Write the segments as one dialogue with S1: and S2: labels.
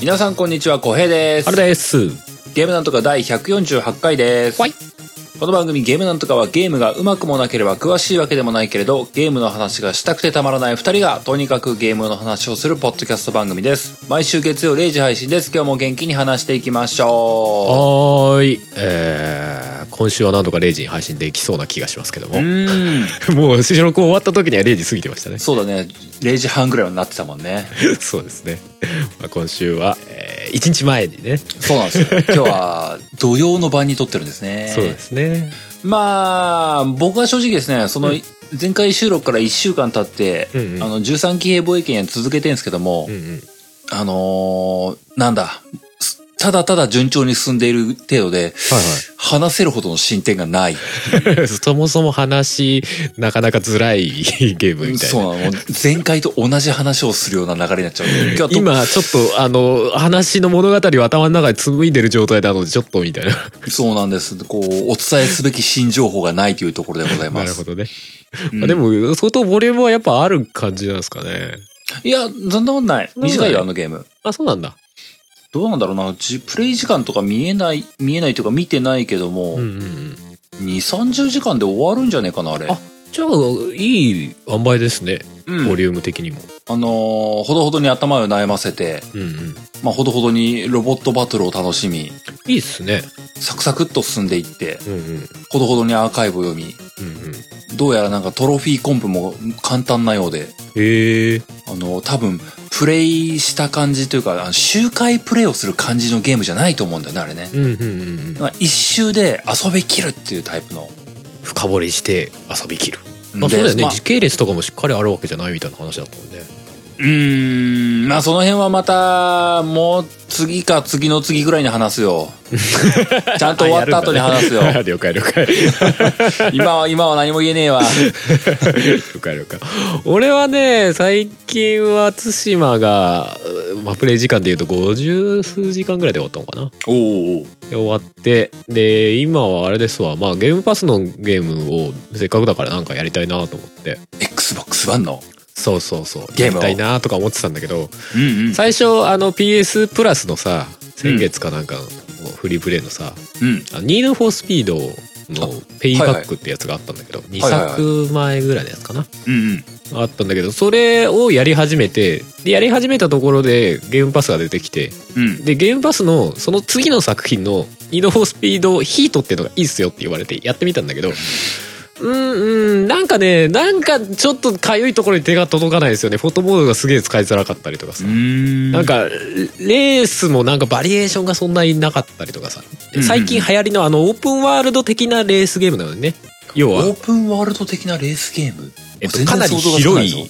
S1: 皆さんこんにちは、こへいです
S2: あ。れです。
S1: ゲームなんとか第148回です。
S2: はい
S1: この番組ゲームなんとかはゲームがうまくもなければ詳しいわけでもないけれど、ゲームの話がしたくてたまらない二人がとにかくゲームの話をするポッドキャスト番組です。毎週月曜0時配信です。今日も元気に話していきましょ
S2: はーい。えー、今週は何度か0時に配信できそうな気がしますけど
S1: う。う
S2: も。
S1: ーん。
S2: もう収録終わった時には0時過ぎてましたね。
S1: そうだね。0時半ぐらいはなってたもんね。
S2: そうですね。まあ、今週は、え1日前にね。
S1: そうなんです よ。今日は土曜の晩に撮ってるんですね。
S2: そうですね。
S1: まあ、僕は正直ですね、その、前回収録から1週間経って、
S2: うんうん
S1: あの、13期兵防衛権続けてるんですけども、
S2: うんうん。
S1: あのーなんだ、すただただ順調に進んでいる程度で、
S2: は
S1: 話せるほどの進展がない。
S2: いはい。 そもそも話、なかなか辛いゲームみたい
S1: そう
S2: な。
S1: なの。前回と同じ話をするような流れになっちゃう。今日はと
S2: 今、ちょっと、あの、話の物語を頭の中で紡いでる状態なので、ちょっと、みたいな。
S1: そうなんです。こう、お伝えすべき新情報がないというところでござい
S2: な
S1: ま
S2: る
S1: す
S2: ほ。どね。
S1: うん
S2: まあでも、相当ボリュームはやっぱある感じなんですかね。
S1: いや、そんなことない。
S2: んなことない
S1: 短いよ、あのゲーム。
S2: あ、そうなんだ。
S1: どうなんだろうな。じプレイ時間とか見えない、見えないというか見てないけども、
S2: うんうんうん。
S1: 2、30時間で終わるんじゃねえかな、あれ。
S2: あじゃあいい塩梅ですね、
S1: うん
S2: ボリューム的にも。
S1: あのーほどほどに頭を悩ませて、
S2: うんうん。
S1: まあ、ほどほどにロボットバトルを楽しみ、
S2: いいっすね。
S1: サクサクっと進んでいって、
S2: うんうん。
S1: ほどほどにアーカイブを読み、
S2: うんうん。
S1: どうやらなんかトロフィーコンプも簡単なようで、
S2: へえ。
S1: あのー多分、プレイした感じというか、あの周回プレイをする感じのゲームじゃないと思うんだよね、あれね。
S2: うんうんうんうん。
S1: まあ一周で遊びきるっていうタイプの。
S2: 深掘りして遊びきる。ま
S1: で
S2: あそうだよね、
S1: まあ
S2: 時系列とかもしっかりあるわけじゃないみたいな話だったもんね。
S1: うーん、まあその辺はまた、もう次か次の次ぐらいに話す よ。ちゃんと終わった後に話すよ
S2: あ。やるんだね 了解了解。
S1: 今は、今は何も言えねえ わ。
S2: 了解了解。俺はね、最近は対馬が、まあプレイ時間で言うと50数時間ぐらいで終わったのかな。
S1: おお
S2: で終わってで今はあれですわまあゲームパスのゲームをせっかくだからなんかやりたいなと思って
S1: Xbox One の。
S2: そうそうそう
S1: ゲー
S2: や
S1: ム
S2: り
S1: を
S2: たいなとか思ってたんだけど
S1: うんうん。
S2: 最初あの PS プラスのさ先月かなんかのフリープレイのさ
S1: うん。
S2: 「ニード・フォー・スピード」の「ペイ
S1: は
S2: バ
S1: いは
S2: ッ
S1: い
S2: ク」ってやつがあったんだけど、
S1: はいはい
S2: 2作前ぐらいのやつかな、
S1: うんうん。
S2: あったんだけどそれをやり始めてでやり始めたところでゲームパスが出てきて
S1: うん。
S2: でゲームパスのその次の作品の「ニード・フォー・スピード・ヒート」っていうのがいいっすよって言われてやってみたんだけどうんうんなんかねなんかちょっとかゆいところに手が届かないですよねフォトモードがすげえ使いづらかったりとかさ、
S1: ん
S2: なん、かレースもなんかバリエーションがそんなになかったりとかさ
S1: うん
S2: 最近流行りのあのオープンワールド的なレースゲームなのね要
S1: オー
S2: は、
S1: プンワールド的なレースゲーム
S2: えっと、かなり広い。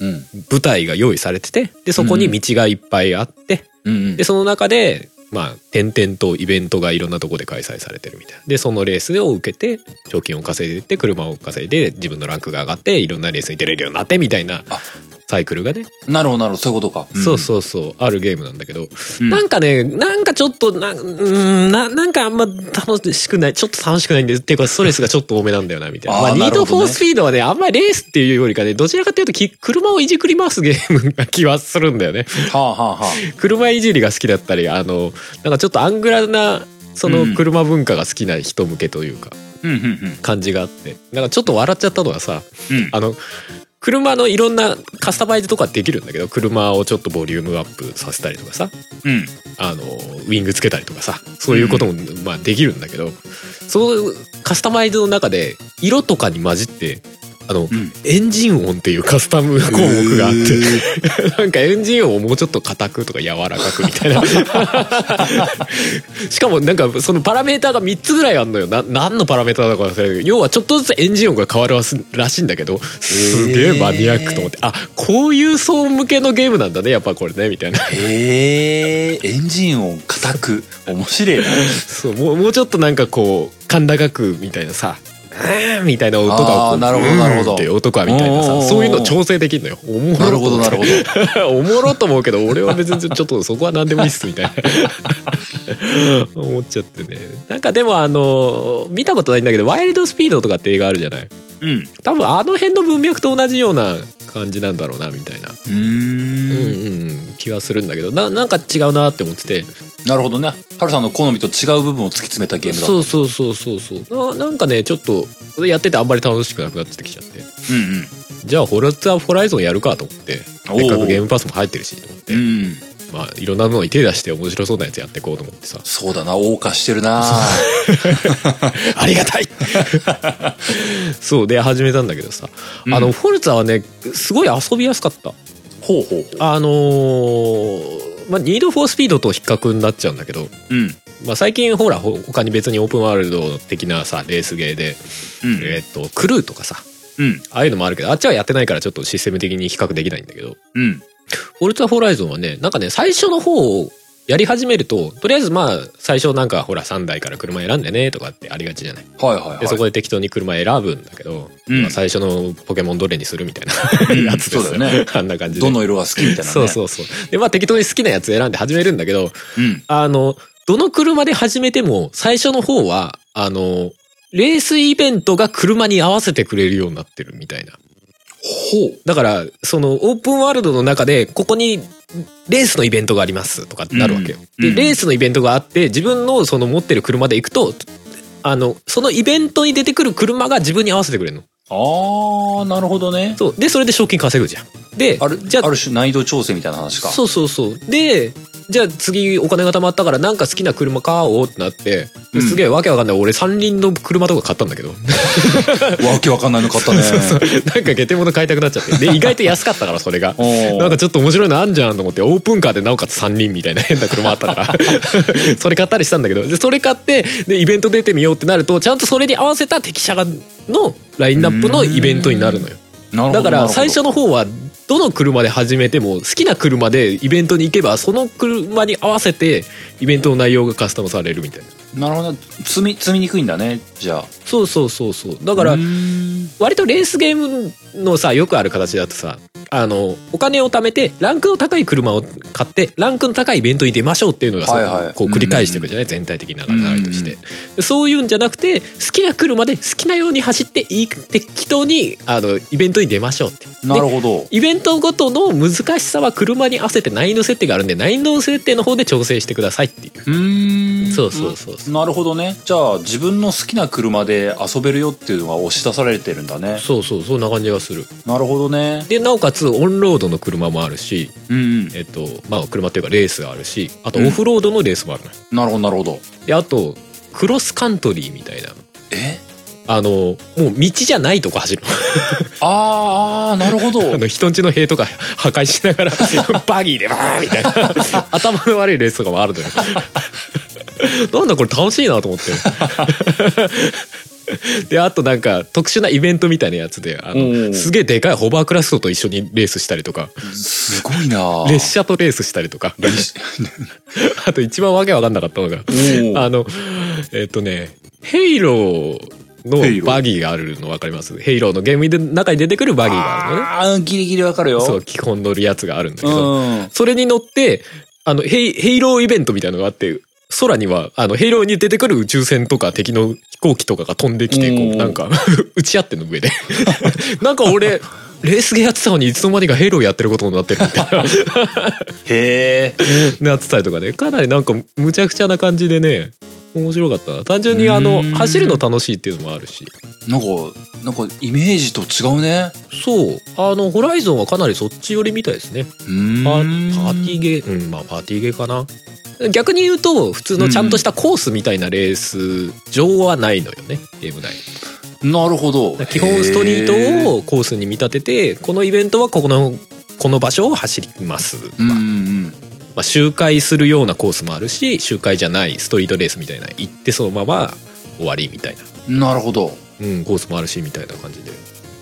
S1: うん。
S2: 舞台が用意されててでそこに道がいっぱいあって、
S1: うんうん
S2: で。その中でまあ点々とイベントがいろんなとこで開催されてるみたいなでそのレースを受けて賞金を稼いでって車を稼いで自分のランクが上がっていろんなレースに出れるようになってみたいな
S1: あ
S2: サイクルがね、
S1: なるほど、なるほど、そういうことか。
S2: そうそうそうあるゲームなんだけど、
S1: うん
S2: なんかねなんかちょっとなうーんななんかあんま楽しくないちょっと楽しくないんですっていうかストレスがちょっと多めなんだよなみたいな
S1: あー
S2: まあ、ニ
S1: な
S2: ー
S1: るほどね
S2: ド・フォー・スピードはねあんまりレースっていうよりかねどちらかというとき車をいじくり回すゲームな気はするんだよね
S1: うん。はあはあはあ。
S2: 車いじりが好きだったりあのなんかちょっとアングラなそ
S1: うん
S2: の車文化が好きな人向けというか
S1: うんうん
S2: 感じがあってなんかちょっと笑っちゃったのがさ
S1: うん。うん。
S2: あの車のいろんなカスタマイズとかできるんだけど車をちょっとボリュームアップさせたりとかさ
S1: うん。
S2: あのウィングつけたりとかさそういうことも、まあ、できるんだけどそのカスタマイズの中で色とかに混じってあ
S1: う
S2: の、
S1: ん
S2: エンジン音っていうカスタム項目があって
S1: て。
S2: なんかエンジン音をもうちょっと硬くとか柔らかく みたいなしかもなんかそのパラメーターが3つぐらいあるのよな何のパラメーターだか忘れたけど要はちょっとずつエンジン音が変わるらしいんだけどすげえマニアックと思って、あこういう層向けのゲームなんだねやっぱこれねみたいな
S1: へえ、エンジン音固く。面白いな。
S2: そうもうもうちょっとなんかこう甲高くみたいなさうーんみたいな音が
S1: あ
S2: こ
S1: ー
S2: う
S1: なるほど
S2: うん
S1: なるほど
S2: って音かみたいな
S1: おーおーお
S2: さ
S1: ー
S2: そういうの調整できるのよお もろ
S1: なるほど、なる
S2: ほ
S1: ほど。
S2: ど おもろと思うけど俺は別にちょっとそこは何でもいいっすみたいな 思っちゃってねなんかでもあの見たことないんだけど「ワイルドスピード」とかって映画あるじゃない
S1: うん。
S2: 多分あの辺の文脈と同じような感じなんだろうなみたいな
S1: うーん。
S2: うんうんうん気はするんだけどななんか違うなって思ってて
S1: なるほどねハルさんの好みと違う部分を突き詰めたゲームだ
S2: そうそうそうそうそうななんかねちょっとやっててあんまり楽しくなくなってきちゃって
S1: うんうん
S2: じゃあ「ホラザ・ホライゾン」やるかと思って
S1: おー
S2: せっかくゲームパスも入ってるしと思って、
S1: うん
S2: まあ、いろんなものに手出して面白そうなやつやっていこうと思ってさ
S1: そうだな謳歌してるな
S2: ありがたい そうで始めたんだけどさ、
S1: うん
S2: あのフォルツァはねすごい遊びやすかった
S1: ほうほうほ
S2: あのーまあ、ニードフォースピードと比較になっちゃうんだけど、
S1: ううん
S2: まあ、最近ほらほ他に別にオープンワールド的なさレースゲーで、
S1: うん
S2: えっとクルーとかさ
S1: うん
S2: ああいうのもあるけどあっちはやってないからちょっとシステム的に比較できないんだけど
S1: うん
S2: フォルツァホライゾンはねなんかね最初の方をやり始めるととりあえずまあ最初なんかほら3台から車選んでねとかってありがちじゃない
S1: はいはいはい
S2: でそこで適当に車選ぶんだけど、
S1: うん
S2: まあ最初のポケモンどれにするみたい
S1: うん
S2: な やつですよ
S1: そうだよね
S2: あんな感じで
S1: どの色が好きみたいなね
S2: そうそうそうでまあ適当に好きなやつ選んで始めるんだけど
S1: うん
S2: あのどの車で始めても最初の方はあのレースイベントが車に合わせてくれるようになってるみたいな
S1: ほう
S2: だからそのオープンワールドの中でここにレースのイベントがありますとかってなるわけよ、
S1: うんうん
S2: でレースのイベントがあって自分のその持ってる車で行くとあのそのイベントに出てくる車が自分に合わせてくれるの
S1: ああなるほどね
S2: そうでそれで賞金稼ぐじゃんで
S1: ある
S2: じゃ
S1: ある種難易度調整みたいな話か
S2: そうそうそうでじゃあ次お金が貯まったからなんか好きな車買おうってなって
S1: うん
S2: すげえわけわかんない俺三輪の車とか買ったんだけど、
S1: わけわかんないの買ったね
S2: そうそうなんかゲテモノ買いたくなっちゃってで意外と安かったからそれが
S1: おー
S2: なんかちょっと面白いのあんじゃんと思ってオープンカーでなおかつ3人みたいな変な車あったから それ買ったりしたんだけどでそれ買ってでイベント出てみようってなるとちゃんとそれに合わせた敵車がのラインナップのイベントになるのよ
S1: なるほど
S2: だか
S1: なる
S2: ら
S1: ほど
S2: 最初の方はどの車で始めても好きな車でイベントに行けばその車に合わせてイベントの内容がカスタムされるみたい
S1: な
S2: な
S1: るほどね積み積みにくいんだねじゃあ
S2: そうそうそうそう
S1: だ
S2: だから
S1: うん
S2: 割とレースゲームのさよくある形だとさあのお金を貯めてランクの高い車を買ってランクの高いイベントに出ましょうっていうのがさ、
S1: はいはい
S2: こう繰り返していくじゃない、全体的な流れとして、でそういうんじゃなくて好きな車で好きなように走っていい適当にあのイベントに出ましょうって
S1: なる
S2: で
S1: ほど
S2: イベントごとの難しさは車に合わせて難易度設定があるんで難易度設定の方で調整してくださいっていう、
S1: うん
S2: そうそうそうそう
S1: なるほどねじゃあ自分の好きな車で遊べるよっていうのが押し出されてるんだね
S2: そうそうそんな感じがする
S1: なるほどね
S2: でなおかつオンロードの車もあるし
S1: うん
S2: えっとまあ、車というかレースがあるしあと
S1: うん
S2: オフロードのレースもあるのよ、
S1: うんなるほどなるほど
S2: であとクロスカントリーみたいな
S1: え
S2: あのもう道じゃないとこ走る
S1: あーあーなるほど
S2: あの人んちの塀とか破壊しな がらバギーでバーみたいな 頭の悪いレースとかもあるのよ なんだこれ楽しいなと思って であとなんか特殊なイベントみたいなやつであ
S1: おうおう
S2: のすげえでかいホバークラフトと一緒にレースしたりとか
S1: すごいな
S2: 列車とレースしたりと かあと一番わけわかんなかったのが
S1: おー
S2: あの、えっ、とね、ヘイロ
S1: ヘ
S2: ー
S1: イロ
S2: の
S1: ー
S2: バギーがあるの分かりますヘイローのゲームの中に出てくるバギーがあるのね。
S1: あーギリギリわかるよ
S2: そう、基本乗るやつがあるんだけ
S1: う
S2: ど、
S1: ん
S2: それに乗って、あの、ヘイ、ヘイローイベントみたいなのがあって、空には、あの、ヘイローに出てくる宇宙船とか敵の飛行機とかが飛んできて、
S1: お
S2: こ
S1: ー
S2: う、なんか、 打ち合ってんの上で。 なんか俺、レースゲーやってたのにいつの間にかヘイローやってることになってるみたいな。
S1: へえ
S2: なってたりとかねかなりなんかむちゃくちゃな感じでね面白かったな単純にあ
S1: う
S2: の
S1: ーん
S2: 走るの楽しいっていうのもあるし
S1: なんかなんかイメージと違うね
S2: そうあのホライゾンはかなりそっち寄りみたいですね
S1: うーん
S2: パパーティーゲーうんまあパーティーゲーかな逆に言うと普通のちゃんとしたコースみたいなレース上はないのよねゲーム内
S1: なるほど
S2: 基本ストリー
S1: を
S2: トをコースに見立ててこのイベントはここのこの場所を走ります、
S1: うんう
S2: まあ
S1: ん
S2: まあ、周回するようなコースもあるし周回じゃないストリートレースみたいな行ってそのまま終わりみたいな、
S1: うんなるほど
S2: うん、コースもあるしみたいな感じで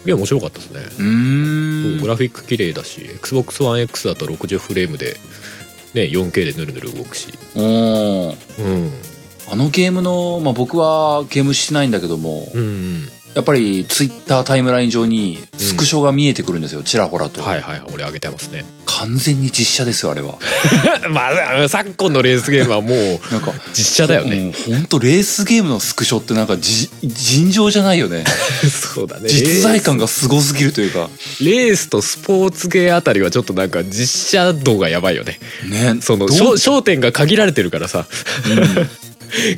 S2: いや面白かったですね、
S1: う
S2: そう
S1: ー
S2: グ
S1: ん
S2: ラフィック綺麗だし XBOX1X だと60フレームで、ね、4K でヌルヌル動くし、
S1: うん
S2: うん
S1: あのゲームの、まあ、僕はゲームしてないんだけども、
S2: うん
S1: やっぱりツイッタータイムライン上にスクショが見えてくるんですよ、ちらほらと、
S2: はいはいはい俺あげてますね
S1: 完全に実写ですよあれは
S2: まあ昨今のレースゲームはもう
S1: なんか
S2: 実写だよね、
S1: もうほんとレースゲームのスクショってなんかじ尋常じゃないよ ね
S2: そうだね
S1: 実在感がすごすぎるというか
S2: レースとスポーツ系あたりはちょっとなんか実写度がやばいよね
S1: ね
S2: その
S1: どう
S2: 焦焦点が限られてるからさ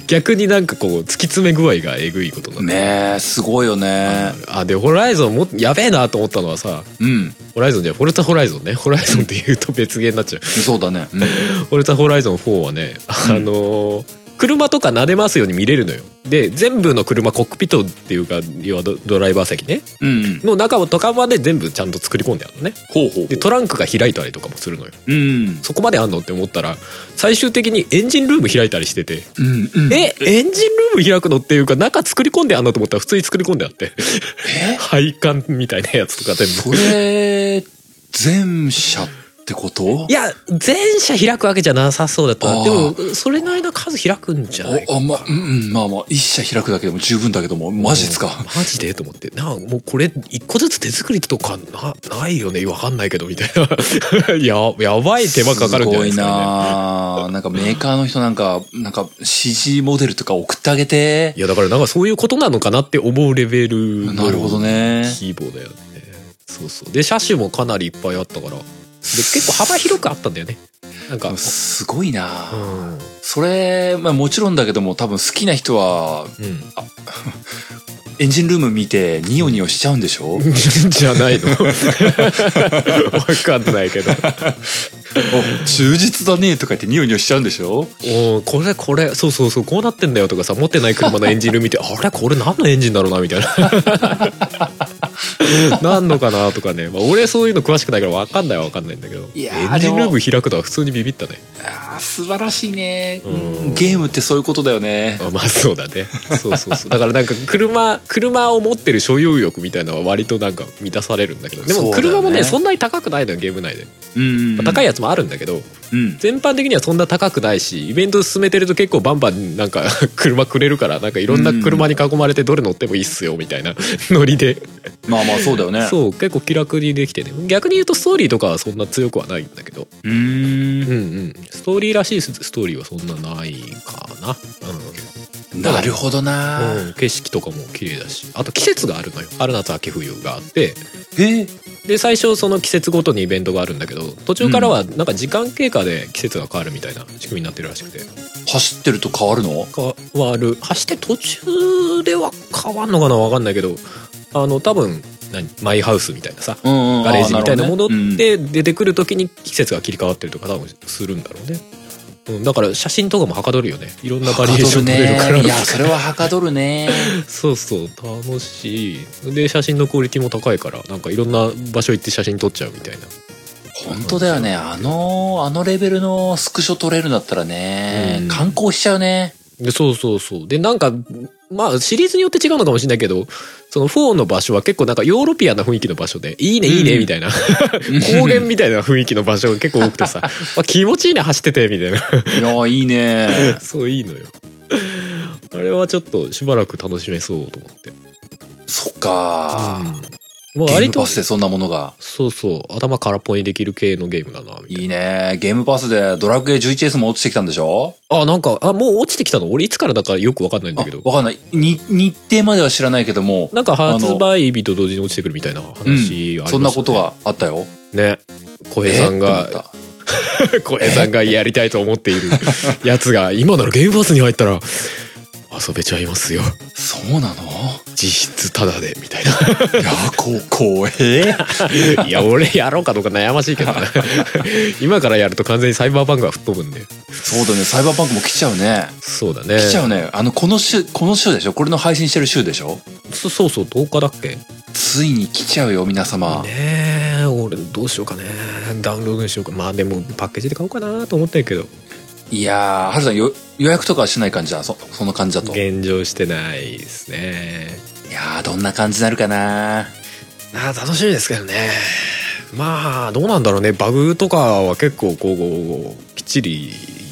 S2: 逆になんかこう突き詰め具合がえぐいことになって
S1: ねえすごいよね
S2: あでホライゾンもやべえなと思ったのはさ
S1: うん
S2: ホライゾンじゃないフォルタホライゾンねホライゾンって言うと別ゲーになっちゃう
S1: そうだね、うん
S2: フォルタホライゾン4はねあのー車とか撫でますように見れるのよで全部の車コックピットっていうか要はドドライバー席ね
S1: うんうん
S2: の中とかまで全部ちゃんと作り込んであるのね
S1: ほうほう
S2: でトランクが開いたりとかもするのよ
S1: うん
S2: そこまであんのって思ったら最終的にエンジンルーム開いたりしてて
S1: うんうん
S2: えエンジンルーム開くのっていうか中作り込んであんのと思ったら普通に作り込んであって配管みたいなやつとか全
S1: そ
S2: 部
S1: れ全社ってこと
S2: いや全車開くわけじゃなさそうだった
S1: あ
S2: なで
S1: ー
S2: もそれの間数開くんじゃない
S1: おあまうんうんまあまあ一社開くだけでも十分だけどもマジっすか
S2: マジでと思ってなあもうこれ一個ずつ手作りとかなないよねわかんないけどみたいな ややばい手間かかるんじゃないです
S1: ごい
S2: すかね
S1: なあなんかメーカーの人なんか、なんか CG モデルとか送ってあげて
S2: い。やだからなんかそういうことなのかなって思うレベルの
S1: なるほどね。
S2: キーボーだよねそうそうで車種もかなりいっぱいあったからで結構幅広くあったんだよねなんか
S1: すごいな
S2: う
S1: あ
S2: ん、うん、
S1: それ、まあもちろんだけども多分好きな人はエンジンルーム見てニオニオしちゃうんでし ょ
S2: じゃないの わかんないけど
S1: お忠実だねとか言ってニオニオしちゃうんでしょ
S2: おーこれこれそうそうそうこうなってんだよとかさ持ってない車のエンジンル ーム見てあれこれ何のエンジンだろうな みたいな何のかなとかね、まあ、俺そういうの詳しくないから分かんないは分かんないんだけど
S1: いや
S2: エ
S1: ー
S2: ンジンルー
S1: で
S2: ム開くのは普通にビビったね
S1: ああ、素晴らしいね
S2: うん
S1: ゲームってそういうことだよね。
S2: あまあそうだねそうそ うそうだからなんか車車を持ってる所有欲みたいなのは割となんか満たされるんだけどで
S1: そう
S2: も
S1: だよね
S2: 車もねそんなに高くないのよゲーム内で、
S1: うん
S2: まあ高いやつもあるんだけど
S1: うん。
S2: 全般的にはそんな高くないしイベント進めてると結構バンバンなんか 車くれるからなんかいろんな車に囲まれてどれ乗ってもいいっすよみたいな ノリで
S1: まあまあそうだよね。う。
S2: そう結構気楽にできてね逆に言うとストーリーとかはそんな強くはないんだけど
S1: ー
S2: うん
S1: ん。
S2: うんストーリーらしいスストーリーはそんなないかなうん
S1: なるほどな
S2: うん、景色とかも綺麗だしあと季節があるのよ春夏秋冬があって
S1: え
S2: で最初その季節ごとにイベントがあるんだけど途中からはなんか時間経過で季節が変わるみたいな仕組みになってるらしくて
S1: 走ってると変わるの
S2: 変わる走って途中では変わんのかな分かんないけどあの多分何マイハウスみたいなさ
S1: うんうん。
S2: ガレージみたいなもの
S1: あーるほどねうん
S2: で出てくる時に季節が切り替わってるとか多分するんだろうね、うん、だから写真とかもはかどるよねいろんなバリエーション取れるから
S1: はかどるねいやそれははかどるね
S2: そうそう楽しいで写真のクオリティも高いからなんかいろんな場所行って写真撮っちゃうみたいな、
S1: 本当だよねあのあのレベルのスクショ撮れるんだったらね、
S2: うん
S1: 観光しちゃうね
S2: でそうそうそうでなんかまあシリーズによって違うのかもしれないけどその4の場所は結構なんかヨーロピアな雰囲気の場所でいいねいいね
S1: うん
S2: みたいな、高原みたいな雰囲気の場所が結構多くて さあ気持ちいいね走っててみたいない
S1: や いいね
S2: そういいのよあれはちょっとしばらく楽しめそうと思って
S1: そっか、
S2: うんまあ
S1: ゲー
S2: 割
S1: ム
S2: と
S1: パスでそんなものが
S2: そうそう頭空っぽにできる系のゲームだなみたいない
S1: いねゲームパスでドラクエ 11S も落ちてきたんでしょ
S2: あ、なんか、あ、もう落ちてきたの俺いつからだからよくわかんないん
S1: あ
S2: だけど。
S1: わかんないに日程までは知らないけども
S2: なんか発売日と同時に落ちてくるみたいな話ありましたね、
S1: そんなことがあったよ。
S2: ね。小平さん
S1: えーって思
S2: が、
S1: っ
S2: 小平さんがやりたいと思っているやつが、今ならゲームパスに入ったら、遊べちゃいますよ。
S1: たそうなの
S2: 実質タダで、みたいな。
S1: いや、こ、怖え。
S2: いや、俺やろうかどうか悩ましいけどね。今からやると完全にサイバーバンクが吹っ飛ぶんで。
S1: そうだね、サイバーパンクも来ちゃうね。
S2: そうだね。
S1: 来ちゃうね。あの、この週、この週でしょこれの配信してる週でしょ
S2: そそうそう、10日だっけ
S1: ついに来ちゃうよ、皆様。
S2: ねえ俺どうしようかねダウンロードにしようかまあでもパッケージで買おうかなと思ってるけど
S1: いやー、はるさんよ予約とかはしない感じだ。そ、その感じだと。い
S2: 現状してないですね
S1: やー、どんな感じになるかな
S2: あー楽しみですけどねまあどうなんだろうねバグとかは結構こうきっちり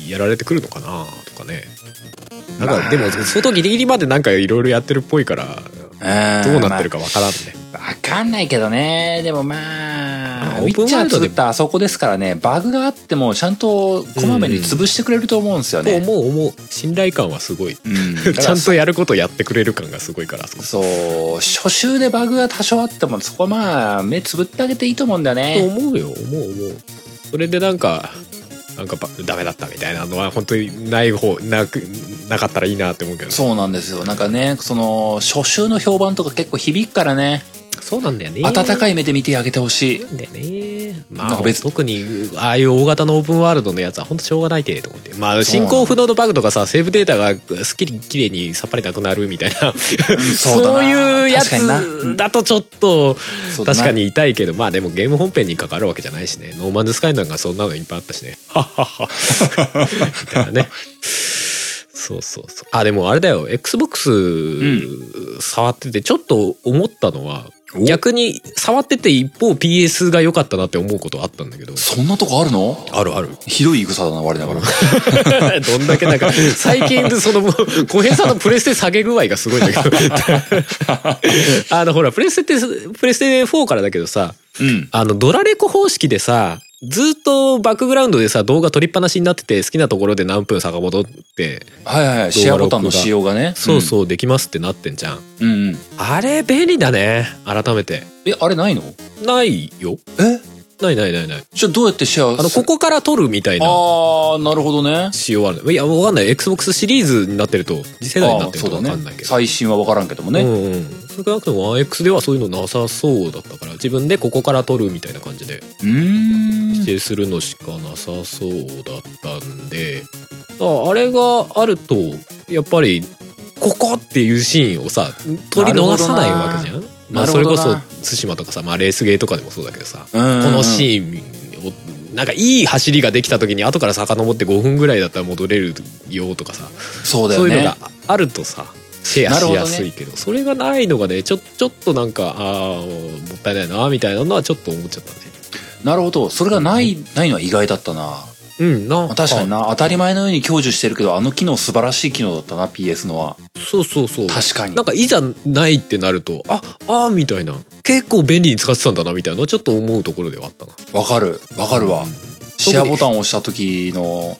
S2: やられてくるのかなとかねなん
S1: まあ
S2: かでも相当ギリギリまでなんかいろいろやってるっぽいからど
S1: ど
S2: うなってるかわからんね、
S1: わかんないけどね。でもまあ、
S2: あ
S1: ウ
S2: オ
S1: ィ
S2: ープ
S1: ッ
S2: ン
S1: チ
S2: ワ
S1: ャ
S2: ー
S1: ー
S2: ルド
S1: 作
S2: で
S1: ったあそこですからね、バグがあってもちゃんとこまめに潰してくれると思うんですよね。
S2: 思う思う信頼感はすごい
S1: うん、だか
S2: ちゃ
S1: ら
S2: んとやることやってくれる感がすごいからあそこ
S1: そう、初週でバグが多少あっても、そこはまあ、目つぶってあげていいと思うんだよね。
S2: 思うよ思う思うそれでなんかなんかばダメだったみたいなのは本当にない方なくなかったらいいなって思うけど
S1: そうなんですよ。なんかね、その、初週の評判とか結構響くからね、
S2: そうなんだよね
S1: 温かい目で見てあげてほしい。
S2: なんだよね
S1: な
S2: ま
S1: ん
S2: あ
S1: か別
S2: 特にああいう大型のオープンワールドのやつは本当しょうがないけれどもってまあ進行不能のバグとかさセーブデータがすっきりきれいにさっぱりなくなるみたいな、
S1: そうだな
S2: いうや
S1: 確かになうん
S2: つだとちょっと
S1: そうだな
S2: 確かに痛いけどまあでもゲーム本編に関わるわけじゃないしねノーマンズスカイなんかそんなのいっぱいあったしねはっはっはみたいなねそうそうそうあでもあれだよ XBOX、触っててちょっと思ったのは
S1: お
S2: 逆に触ってて一方 PS が良かったなって思うことあったんだけど
S1: そんなとこあるの
S2: あるある
S1: ひどい戦だな、我ながら。
S2: どんだけなんか最近そのもう小平さんのプレステ下げ具合がすごいんだけど あのほらプレステってプレステ4からだけどさ
S1: うん。
S2: あの、ドラレコ方式でさ、ずっとバックグラウンドでさ、動画撮りっぱなしになってて、好きなところで何分遡って、
S1: はいはいはい、シェアボタンの使用がね。
S2: そうそうできますってなってんじゃん。
S1: うん。うんうん。
S2: あれ、便利だね。改めて。
S1: え、あれないの
S2: ないよ。
S1: え
S2: ないないないない。
S1: じゃあどうやってシェア
S2: あの、
S1: す
S2: ここから撮るみたいな
S1: あー、なるほどね。
S2: 仕様ある。いや、わかんない。Xbox シリーズになってると、次世代になってるとわかんない
S1: あ
S2: け
S1: ーそうだね
S2: ど。
S1: 最新は分からんけどもね、
S2: うんうん。少なくとも 1X ではそういうのなさそうだったから、自分でここから撮るみたいな感じで。
S1: うーん
S2: 指定するのしかなさそうだったんでああれがあるとやっぱりここっていうシーンをさ取り逃さないわけじゃんま
S1: なる
S2: あ、そ
S1: ほ
S2: れ
S1: どな
S2: こそ対馬とかさ、まあ、レースゲーとかでもそうだけどさ、
S1: こ
S2: この
S1: ーン
S2: シーンをなんかいい走りができた時に後から遡って5分ぐらいだったら戻れるよとかさ
S1: そうだ
S2: そ
S1: よ
S2: う
S1: ね
S2: いうのがあるとさシェア
S1: なるほ
S2: し
S1: どね
S2: やすいけどそれがないのがねちょちょっとなんかあーもったいないなみたいなのはちょっと思っちゃったね。
S1: なるほどそれがないないのは意外だったな
S2: うん、な
S1: 確かにな当たり前のように享受してるけどあの機能素晴らしい機能だったな PS のは
S2: そうそうそう
S1: 確かに
S2: なんかいざないってなるとああーみたいな結構便利に使ってたんだなみたいなのはちょっと思うところではあったな
S1: わかるわかるわシェアボタンを押した時の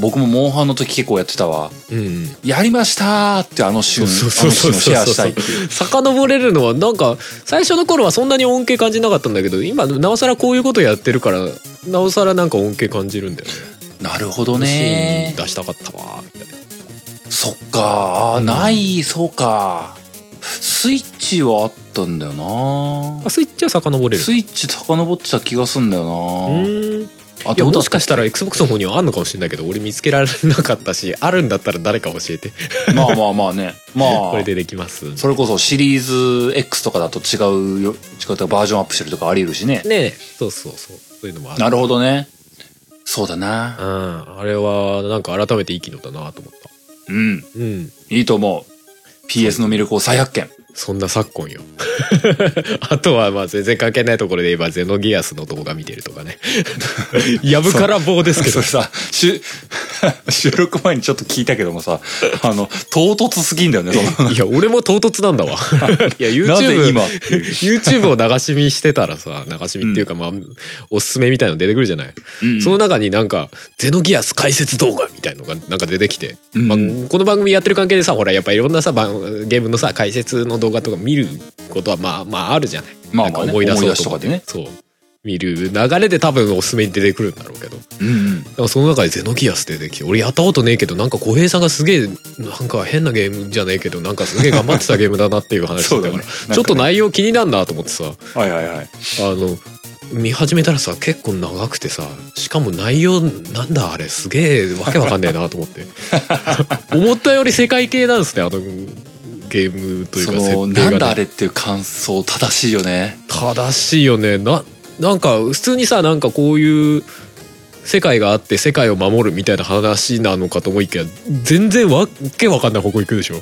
S1: 僕もモンハンの時結構やってたわ
S2: うんうん
S1: やりましたーってあの瞬あ
S2: そう
S1: の
S2: そ
S1: 瞬を
S2: うそう
S1: シ
S2: そう
S1: ェアしたいっていう
S2: 遡れるのはなんか最初の頃はそんなに恩恵感じなかったんだけど今なおさらこういうことやってるからなおさらなんか恩恵感じるんだよね
S1: なるほど
S2: シー
S1: ね
S2: ン出したかったわみたいな
S1: そっかあーない、そうかスイッチはあったんだよな
S2: あスイッチは遡れる
S1: スイッチ遡ってた気がすんだよ
S2: う
S1: な
S2: ーんい
S1: あ
S2: や
S1: どうだ
S2: も
S1: っ
S2: しかしたら XBOX の方にはあんのかもしれないけど俺見つけられなかったしあるんだったら誰か教えて
S1: た まあまあまあねまあ
S2: これでできます
S1: それこそシリーズ X とかだと違うよ違うとかバージョンアップしてるとかあり得るしね
S2: ねえそうそうそうそういうのもある
S1: なるほどねそうだな
S2: うん、あれはなんか改めていい機能だなと思った。
S1: うん
S2: うん。
S1: いいと思う PS の魅力を再発 見
S2: そんな昨今よ。 あとはまあ全然関係ないところで言えばゼノギアスの動画見てると かね。やぶから棒ですけ
S1: そ
S2: ど
S1: れ。さしゅ 収録前にちょっと聞いたけどもさあの唐突すぎんだよねその
S2: いや、俺も唐突なんだわ。いや、
S1: なぜ
S2: YouTube、
S1: 今
S2: YouTube を流し見してたらさ、流し見っていうかまあ、おすすめみたいの出てくるじゃない。
S1: うん
S2: その中になんか、ゼノギアス解説動画みたいのがなんか出てきて、
S1: うん
S2: まあ、この番組やってる関係でさ、ほら、やっぱいろんなさ、ばんゲームのさ、解説の動画とか見ることはまあまああるじゃない。
S1: まあ
S2: なん
S1: ま
S2: か
S1: あ、ね、
S2: 思い出そうと
S1: と
S2: 思
S1: かで
S2: って
S1: ね。
S2: そう。見る流れで多分おすすめに出てくるんだろうけど。だか
S1: うんうん
S2: らその中でゼノギアス出てきて、俺やったことねえけど、なんか小平さんがすげえ、なんか変なゲームじゃねえけど、なんかすげえ頑張ってたゲームだなっていう話だ
S1: そ
S2: っ
S1: う
S2: た
S1: だ
S2: から、
S1: ね。
S2: ちょっと
S1: い。
S2: 内容気になんなと思ってさ、
S1: はいはいはい。
S2: あの見始めたらさ結構長くてさしかも内容なんだあれすげえわけわかんねえなと思って 思ったより世界系なんですねあのゲームという
S1: そ
S2: か
S1: の、
S2: 設定が
S1: な
S2: ね
S1: んだあれっていう感想正しいよね。
S2: 正しいよねななんか普通にさなんかこういう世界があって世界を守るみたいな話なのかと思いきや全然わけわかんない方向行くでしょ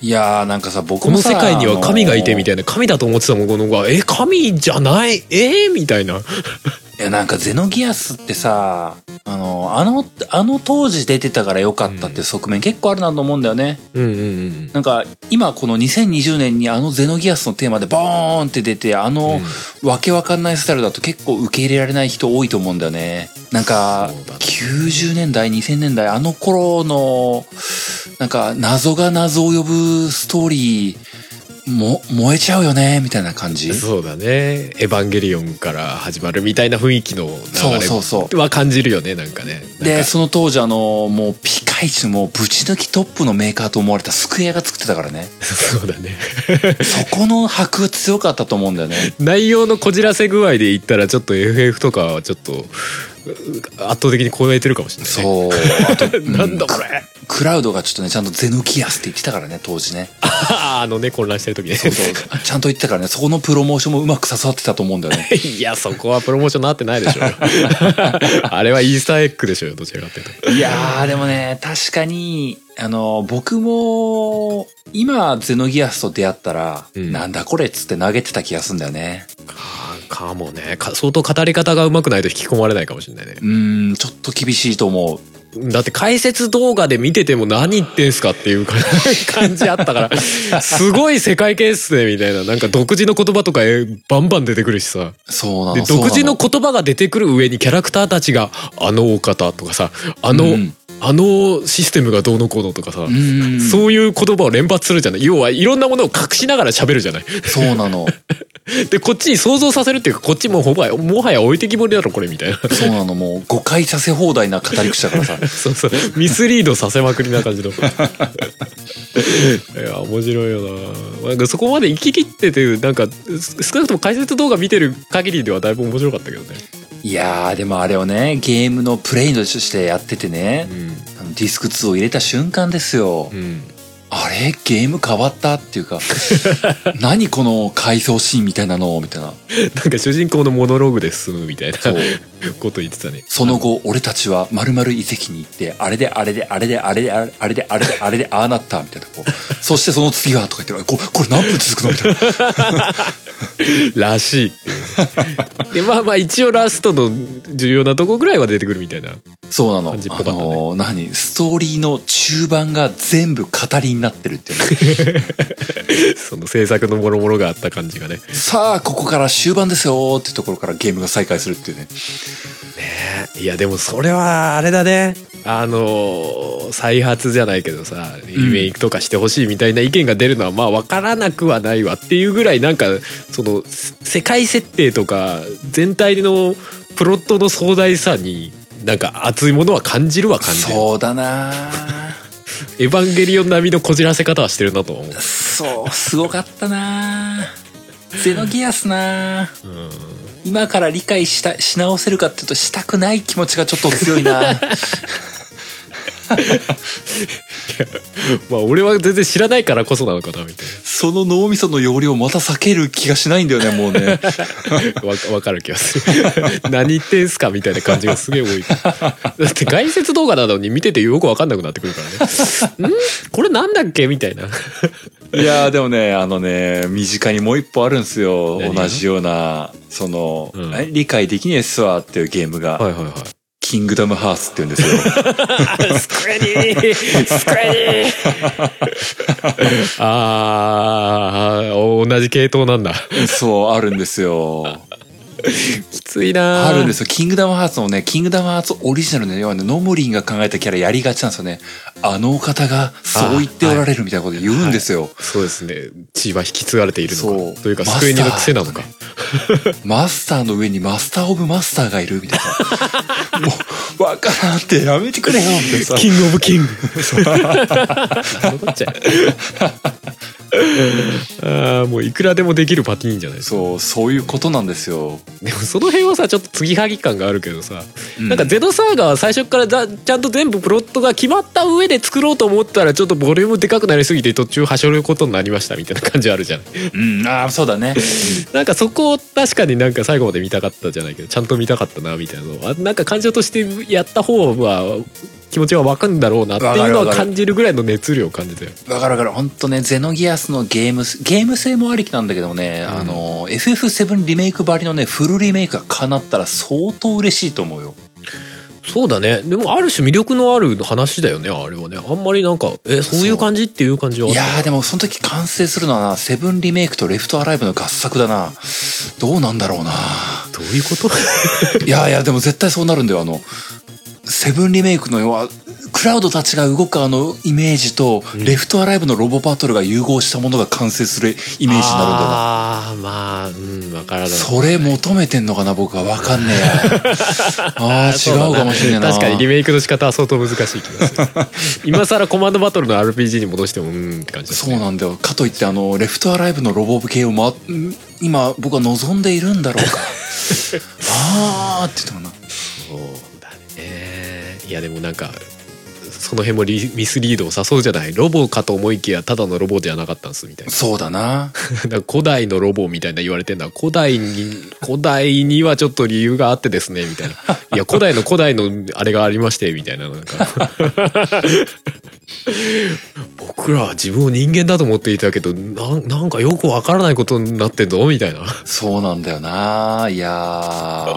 S1: いやーなんかさ、僕
S2: こ
S1: も
S2: の
S1: さ
S2: 世界には神がいてみた
S1: い
S2: いな神だと思ってたものがえ神じゃないえみたいな
S1: いや、なんかゼノギアスってさ、あの、あの、あの当時出てたから良かったって側面結構あるなと思うんだよね。
S2: うんうんうん
S1: なんか、今この2020年にあのゼノギアスのテーマでボーンって出て、あの、わけわかんないスタイルだと結構受け入れられない人多いと思うんだよね。なんか
S2: そうだ、ね
S1: 90年代、2000年代、あの頃の、なんか、謎が謎を呼ぶストーリー、も、燃えちゃうよね、みたいな感じ。
S2: そうだね「エヴァンゲリオン」から始まるみたいな雰囲気の
S1: そうそう
S2: 流
S1: そう。
S2: れは感じるよねなんかねなん
S1: で、
S2: か
S1: その当時あの、もうピカイチのもうぶち抜きトップのメーカーと思われたスクエアが作ってたからね。
S2: そうだね
S1: そこの箔が強かったと思うんだよね。
S2: 内容のこじらせ具合で言ったらちょっと FF とかはちょっとう圧倒的に超えてるかもしれない、
S1: そ
S2: ね、
S1: う。あと、う
S2: なんだこれ、
S1: クラウドがちょっとね、ちゃんとゼノキアスって言ってたからね、当時ね。
S2: あのね混乱してる時ね
S1: そうそう。ちゃんと言ってたからね、そこのプロモーションもうまく刺さってたと思うんだよね。
S2: いやそこはプロモーションなってないでしょ あれはイースターエッグでしょどちらかっていうと
S1: いやー、でもね、確かに、あの、僕も、今、ゼノギアスと出会ったら、
S2: うん
S1: なんだこれっつって投げてた気がするんだよね。
S2: かかもねか相当語り方がうまくないと引き込まれないかもしれないね
S1: うーん、ちょっと厳しいと思う。
S2: だって解説動画で見てても何言ってんすかっていう感じ感じあった からすごい世界系っすねみたいななんか独自の言葉とかえバンバン出てくるしさ
S1: そうなの
S2: で
S1: そうな
S2: 独自の言葉が出てくる上にキャラクターたちが「あのお方」とかさ「あの、
S1: うん
S2: あのシステムがどうのこうの」とかさ、
S1: うん
S2: そういう言葉を連発するじゃない要はいろんなものを隠しながら喋るじゃない
S1: そうなの。
S2: でこっちに想像させるっていうかこっちもほぼもはや置いてきぼりだろこれみたいな
S1: そうなの。もう誤解させ放題な語り口だからさ。
S2: そうそうミスリードさせまくりな感じのいや面白いよななんかそこまで生き切っててなんかす少なくとも解説動画見てる限りではだいぶ面白かったけどね、
S1: いやー、でもあれをね、ゲームのプレイとしてやっててね、あのディスク2を入れた瞬間ですよ。
S2: うんうん
S1: あれゲーム変わったっていうか、何この回想シーンみたいなのみたいな。
S2: なんか主人公のモノローグで進むみたいな
S1: そう。
S2: こと言ってたね。
S1: その後、俺たちは〇〇遺跡に行って、あれであれであれであれであれであれであれであれでああなったみたいな。こうそしてその次はとか言ってる。ここれ何分続くのみたいな。
S2: らしいっていう。で、まあまあ一応ラストの重要なとこぐらいは出てくるみたいな。
S1: そうなの。
S2: 感じっぽ
S1: あ
S2: かったね
S1: の、何ストーリーの中盤が全部語りになってるっていうね。
S2: その制作のもろもろがあった感じがね。
S1: さあ、ここから終盤ですよーってところからゲームが再開するっていうね。
S2: いや、でもそれはあれだね。あのー再発じゃないけどさ、リメイクとかしてほしいみたいな意見が出るのはまあわからなくはないわっていうぐらいなんか、その、せ世界設定とか全体のプロットの壮大さに、なんか熱いものは感じるは感じる。
S1: そうだなー
S2: エヴァンゲリオン並みのこじらせ方はしてるなとは思う。
S1: そう、すごかったなーゼノギアスなー今から理解した、し直せるかっていうと、したくない気持ちがちょっと強いな ー
S2: まあ俺は全然知らないからこそなのかなみた
S1: その脳みその容量また避ける気がしないんだよね、もうね。
S2: いな。わ わかる気がする。 何言ってんすかみたいな感じがすげえ 多いから。だって解説動画なのに見ててよくわかんなくなってく るからね。んこれなんだっけみたいな。
S1: いやーでもね、あのね、身近にもう一歩あるんですよ。
S2: 何
S1: 同じような、その、
S2: うん
S1: え理解できねえっすわっていうゲームが、
S2: いはいはい。
S1: キングダムハーツって言うんですよ。
S2: スクエニースク エニーあー、同じ系統なんだ。
S1: そう、あるんですよ。
S2: きついな。
S1: あるんですすよ。キングダムハーツのね、キングダムハーツオリジナルのようなノムリンが考えたキャラやりがちなんですよね。あのお方がそう言っておられるみたいなこと言うんですよ。
S2: そうですね。血は引き継がれているの
S1: そ
S2: か。
S1: う
S2: というか、スクエニの癖なのか。
S1: マスターの上にマスターオブマスターがいるみた いな。もう、わからんってやめてくれよみたいなさ。
S2: キングオブキング。ああ、もういくらでもできるパティーンじゃないですか。
S1: そう、そういうことなんですよ。
S2: でもその辺はさ、ちょっと継ぎはぎ感があるけどさ、
S1: うん
S2: なんかゼノサーガは最初からざちゃんと全部プロットが決まった上で作ろうと思ったら、ちょっとボリュームでかくなりすぎて途中はしょることになりましたみたいな感じあるじ ゃん。
S1: うん、ああ、そうだね。
S2: なんかそこを確かになんか最後まで見たかったじゃないけど、ちゃんと見たかったなみたいなのは、なんか感情としてやった方は、気持ちは分かるんだろうなっていう
S1: わ
S2: の
S1: かるわ
S2: は
S1: かる
S2: 感じるぐらいの熱量を感じたよ
S1: わかるわかる。本当ね、ゼノギアスのゲーム、ゲーム性もありきなんだけどもね、あの、FF7 リメイクばりのね、フルリメイクが叶ったら相当嬉しいと思うよ。
S2: そうだねでもある種魅力のある話だよねあれはねあんまりなんかえそういう感じっていう感じはい
S1: やーでもその時完成するのはな、セブンリメイクとレフトアライブの合作だな。どうなんだ ろうな。
S2: どういうこと
S1: いやいや、でも絶対そうなるんだよ。あの、セブンリメイクの要は、クラウドたちが動くあのイメージと、レフトアライブのロボバトルが融合したものが完成するイメージになるんだよな。
S2: ああまあうん分からない
S1: それ求めてんのかな僕はわかんねえ や。ああ、違
S2: そうだ
S1: うかもしれないな。
S2: 確かにリメイクの仕方は相当難しい気がする 今更コマンドバトルの RPG に戻してもうーんって感じだ
S1: そうなんだよ。かといって、あの、レフトアライブのロボ系を、ま、ん今、僕は望んでいるんだろうか。あーって言ったかな。
S2: そうだねいやでもなんかその辺もリミスリードを誘うじゃないロボかと思いきやただのロボじゃなかったんですみたいな
S1: そうだな。
S2: なんか古代のロボみたいな言われてるのは古代に 古代にはちょっと理由があってですねみ たいないや古代の古代のあれがありましてみたいななんか僕らは自分を人間だと思っていたけどなんなんかよくわからないことになってんぞみたいな、
S1: そうなんだよな。いやー、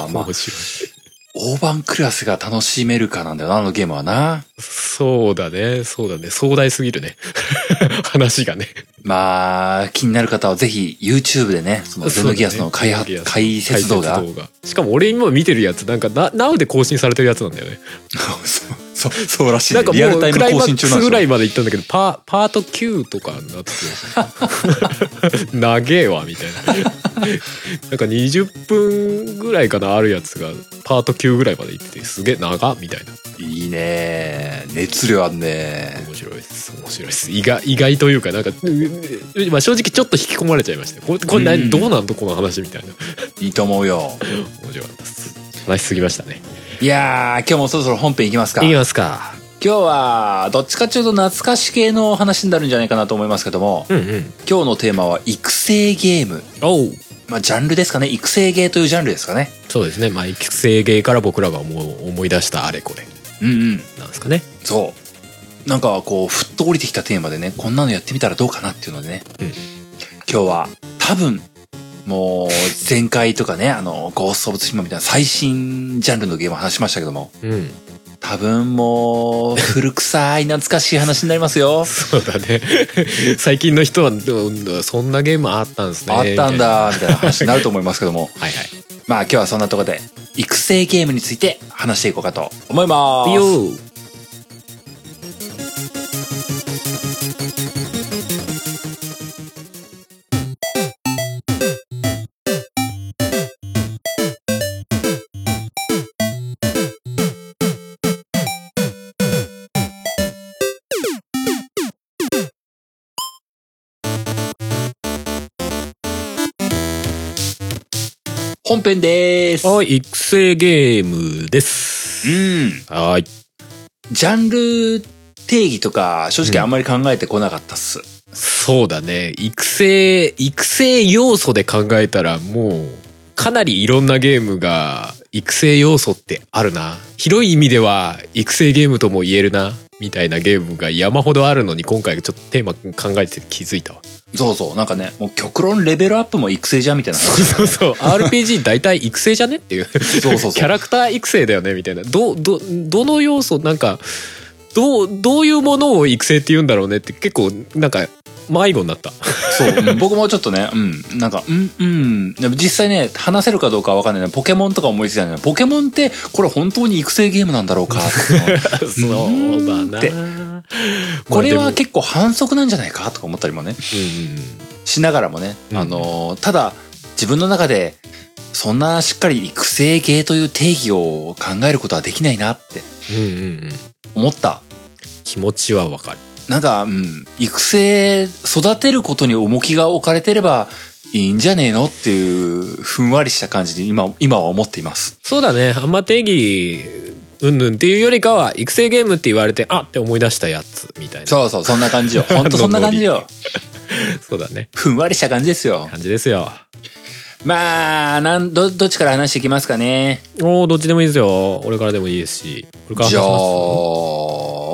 S1: まあ
S2: 面、白い
S1: 大盤クラスが楽しめるかなんだよな、あのゲームはな。
S2: そうだねそうだね壮大すぎるね 話がね
S1: まあ、気になる方はぜひ YouTube でね、そのゼノギアスの開発、解説動画。
S2: しかも俺今見てるやつなんかな Now で更新されてるやつなんだよね
S1: そう、そう、そうらしい、
S2: な
S1: ね。
S2: んかも
S1: リアルタイ
S2: う
S1: ム
S2: クライ
S1: 更
S2: マ
S1: 新
S2: ッ
S1: 中
S2: ク
S1: なん
S2: ス
S1: で
S2: ぐ
S1: す
S2: ら
S1: よ。
S2: いまで行ったんだけどパパート9とかになってて長えわみたいななんか20分ぐらいかなあるやつがパート9ぐらいまで行っててすげえ長っみたいない
S1: いね熱量あんね
S2: 面白いです面白いです意外意外というかなんか、ううまあ、正直ちょっと引き込まれちゃいましたこれこれ
S1: うん
S2: 何どうなんとこの話みたいない
S1: いと思うよ。
S2: 面白かったです話しすぎましたね
S1: いやー、今日もそろそろ本編いきますか。
S2: いき
S1: 今
S2: ますか
S1: 日は、どっちかっていうと懐かし系の話になるんじゃないかなと思いますけども、
S2: うんうん
S1: 今日のテーマは育成ゲーム。
S2: おう
S1: まあ、ジャンルですかね。育成ゲーというジャンルですかね。
S2: そうですねまあ育成芸から僕らが思う思い出したあれこれ
S1: うんうん。
S2: なんですかね
S1: そう。なんかこう、ふっと降りてきたテーマでね、こんなのやってみたらどうかなっていうのでね、
S2: うん
S1: 今日は多分、もう前回とかね、あの、ゴースト・オブ・ツシマみたいな最新ジャンルのゲームを話しましたけども、
S2: うん。
S1: 多分もう、古臭い懐かしい話になりますよ
S2: そうだね最近の人はうんそんなゲームあったんですね
S1: あったん
S2: みたいな
S1: だ、みたいな話になると思いますけども、
S2: はいはい
S1: まあ今日はそんなところで、育成ゲームについて話していこうかと思います。
S2: いいよ
S1: 本編でーす。
S2: はい育成ゲームです
S1: うん。
S2: はい
S1: ジャンル定義とか、正直あんまり考えてこなかったっす。
S2: そうだね。育成、育成要素で考えたらもう、かなりいろんなゲームが育成要素ってあるな。広い意味では育成ゲームとも言えるな。みたいなゲームが山ほどあるのに今回ちょっとテーマ考えて気づいたわ。
S1: そうそう、なんかね、もう極論レベルアップも育成じゃんみたいな
S2: そう
S1: 話。
S2: そうそう。RPG 大体育成じゃねっていう。
S1: そうそう
S2: キ
S1: そ
S2: ャ
S1: う。
S2: ラクター育成だよねみたいな。ど、ど、どの要素、なんか、どう、どういうものを育成って言うんだろうねって結構なんか迷子になった。
S1: そううん 僕もちょっとね、うん、なんか、うん、うん。でも実際ね、話せるかどうかはわかんないね。ポケモンとか思いついたんだけど、ポケモンって、これ本当に育成ゲームなんだろうかっていうのは
S2: そうだな。
S1: ってこれは結構反則なんじゃないかとか思ったりもね、しながらもね、
S2: うん
S1: あのー、ただ、自分の中で、そんなしっかり育成ゲーという定義を考えることはできないなって
S2: うんうんうんうん
S1: 思った
S2: 気持ちはわかる。
S1: なんか、うん、育成、育てることに重きが置かれてればいいんじゃねえのっていう、ふんわりした感じに今、今は思っています。
S2: そうだね。あんま定義、うんぬんっていうよりかは、育成ゲームって言われて、あって思い出したやつみたいな。
S1: そうそう、そんな感じ よ。ほんとそんな感じよ。
S2: そうだね。
S1: ふんわりした感じですよ。
S2: 感じですよ。
S1: まあ、なん、ど、どっちから話していきますかね。
S2: おーどっちでもいいですよ。俺からでもいいですし。俺から
S1: じゃあ
S2: 話し、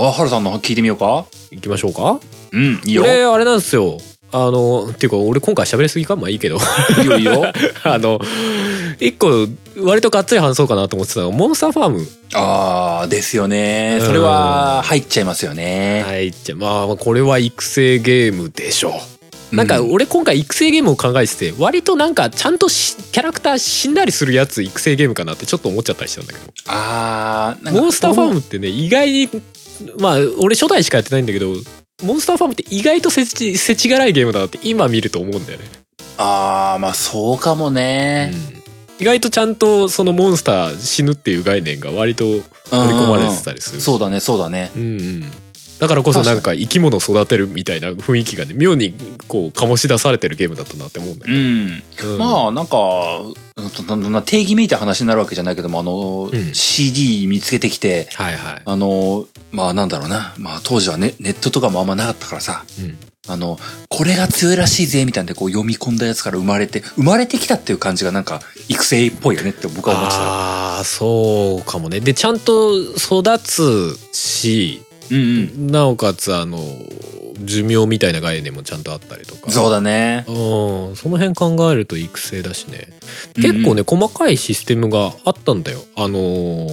S1: あ、ハルさんの聞いてみようか
S2: 行きましょうか
S1: うん、いいよ。
S2: これあれなんですよあのっていうか俺今回喋りすぎかまあいいけど
S1: いいよ、いいよ。
S2: あの一個割とがっつり話そうかなと思ってたのがモンスターファーム
S1: ああ、ですよね。それは、入っちゃいますよね。
S2: はいじゃあまあこれは育成ゲームでしょう
S1: う
S2: なんか俺今回育成ゲームを考えてて割となんかちゃんとしキャラクター死んだりするやつ育成ゲームかなってちょっと思っちゃったりしたんだけど
S1: ああ、なんか
S2: モンスターファームってね意外にまあ俺初代しかやってないんだけどモンスターファームって意外とせちせちがらいゲームだなって今見ると思うんだよね、
S1: ああ、まあそうかもね。
S2: 意外とちゃんとそのモンスター死ぬっていう概念が割と盛り込まれてたりする
S1: そうだね、そうだね。
S2: うんうんだからこそなんか生き物育てるみたいな雰囲気がね妙にこう醸し出されてるゲームだったなって思うん
S1: う
S2: だけ
S1: ん。
S2: ど、うん
S1: まあなんか、なんなん定義めいた話になるわけじゃないけども、あの、
S2: うん
S1: CD 見つけてきて、
S2: はいは
S1: あの、まあなんだろうな。まあ当時はね、ネットとかもあんまなかったからさ、
S2: い、うん
S1: あの、これが強いらしいぜ、みたいなんでこう読み込んだやつから生まれて、生まれてきたっていう感じがなんか、育成っぽいよねって僕は思ってた。
S2: ああそうかもねでちゃんと育つし
S1: うんうん。
S2: なおかつあの寿命みたいな概念もちゃんとあったりとか
S1: そうだね。
S2: うんその辺考えると育成だしね結構
S1: ね。
S2: ね、細かいシステムがあったんだよあのー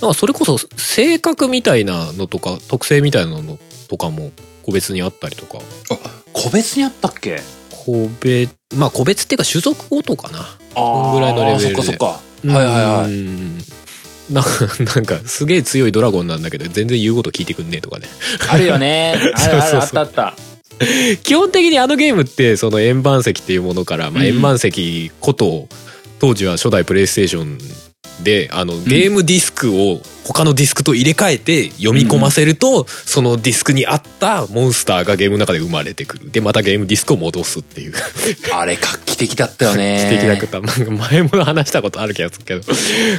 S2: なんかそれこそ性格みたいなのとか特性みたいなのとかも個別にあったりとか
S1: 個別にあったっけ
S2: 個別まあ個別っていうか種族ごとかな
S1: あ
S2: んぐらいのレベルで
S1: ーそっかそっか。はいはいはい。
S2: いなんかなんかすげえ強いドラゴンなんだけど全然言うこと聞いてくんねえとかね
S1: あるよね。 あるあ
S2: そ
S1: る
S2: う
S1: あ
S2: そう
S1: っ
S2: そう
S1: たあった。
S2: 基本的にあのゲームってその円盤石っていうものから、まあ、
S1: うん
S2: 円盤石ことを当時は初代プレイステーションであのゲームディスクを他のディスクと入れ替えて読み込ませると、そのディスクに合ったモンスターがゲームの中で生まれてくるでまたゲームディスクを戻すっていう
S1: あれ画期的だったよ ね。
S2: 画期的なことなんか前も話したことある気がするけど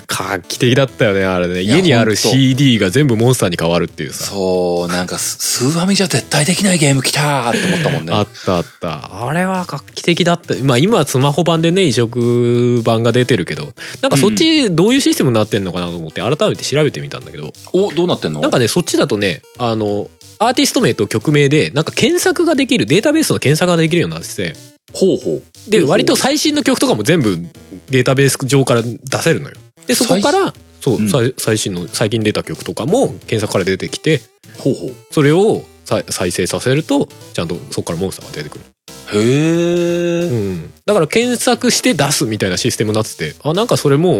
S2: 画期的だったよねあれね
S1: いや
S2: 家にある
S1: ほんと
S2: CD が全部モンスターに変わるっていうさ
S1: そう、なんかス、スーファミじゃ絶対できないゲーム来たーって思ったもんね。
S2: あったあったあれは画期的だったまあ今はスマホ版でね移植版が出てるけどなんかそっちどういうシステムになってんのかなと思って改めて調べてみたんだけど、
S1: お、どうなってんの
S2: なんかねそっちだとねあのアーティスト名と曲名でなんか検索ができるデータベースの検索ができるようになってて
S1: ほうほう。
S2: で
S1: ほうほう
S2: 割と最新の曲とかも全部データベース上から出せるのよでそこからそう、
S1: うん
S2: 最最新の最近出た曲とかも検索から出てきて
S1: ほうほう。
S2: それを再再生させるとちゃんとそこからモンスターが出てくる
S1: へー。
S2: うん、だから検索して出すみたいなシステムになっててあなんかそれもう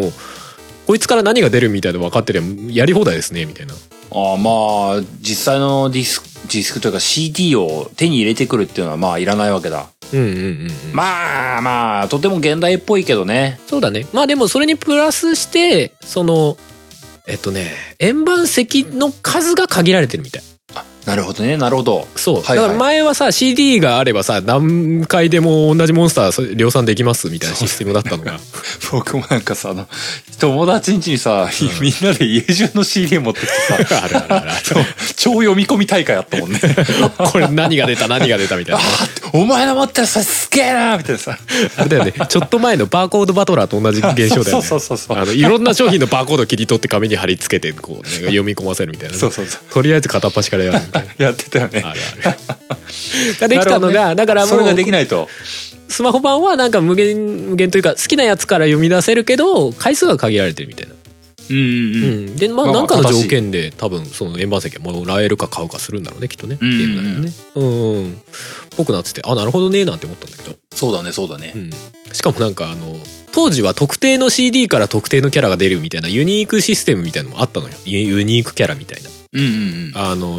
S2: こいつから何が出るみたいなの分かってりゃやり放題ですねみたいな
S1: ああ、まあ、実際のディスク、ディスクというか CD を手に入れてくるっていうのはまあいらないわけだ。
S2: うんうんうん、うん、
S1: まあまあ、とても現代っぽいけどね。
S2: そうだねまあでもそれにプラスしてそのえっとね円盤石の数が限られてるみたい
S1: なるほどね、なるほど。
S2: そう
S1: は
S2: だ
S1: いは
S2: か
S1: い
S2: ら前はさ CD があればさ何回でも同じモンスター量産できますみたいなシステムだったのが
S1: 僕もなんかさ、あの、友達ん家にさ、みんなで家中の CD 持ってきてさ、
S2: あるあるある
S1: そう超読み込み大会あったもんね。
S2: これ何が出た何が出たみたい
S1: あ
S2: な
S1: ーお前の持ってるさ、すげえなみたいなさ。
S2: あれだよねちょっと前のバーコードバトラーと同じ現象だよね
S1: そうそうそうそう
S2: あのいろんな商品のバーコード切り取って紙に貼り付けてこう、ね、読み込ませるみたいなね、
S1: そうそうそう。
S2: とりあえず片っ端か らやるみたいな
S1: やってたよね。
S2: あるあるができたのが、だから
S1: そ
S2: も
S1: れができ
S2: う
S1: ないと。
S2: スマホ版はなんか無限無限というか好きなやつから読み出せるけど回数が限られてるみたいな、
S1: うんうん
S2: う
S1: うん。
S2: ん、でまあ
S1: まあ
S2: 何かの
S1: 正しい
S2: 条件で多分その円盤石はもらえるか買うかするんだろうねきっとね
S1: うんうん
S2: ゲームだよねうん、うん、僕なっててあなるほどねなんて思ったんだけど
S1: そうだね、そうだね
S2: う。ん、しかもなんかあの当時は特定の CD から特定のキャラが出るみたいなユニークシステムみたいのもあったのよユユニークキャラみたいな
S1: うんうんうん。
S2: あの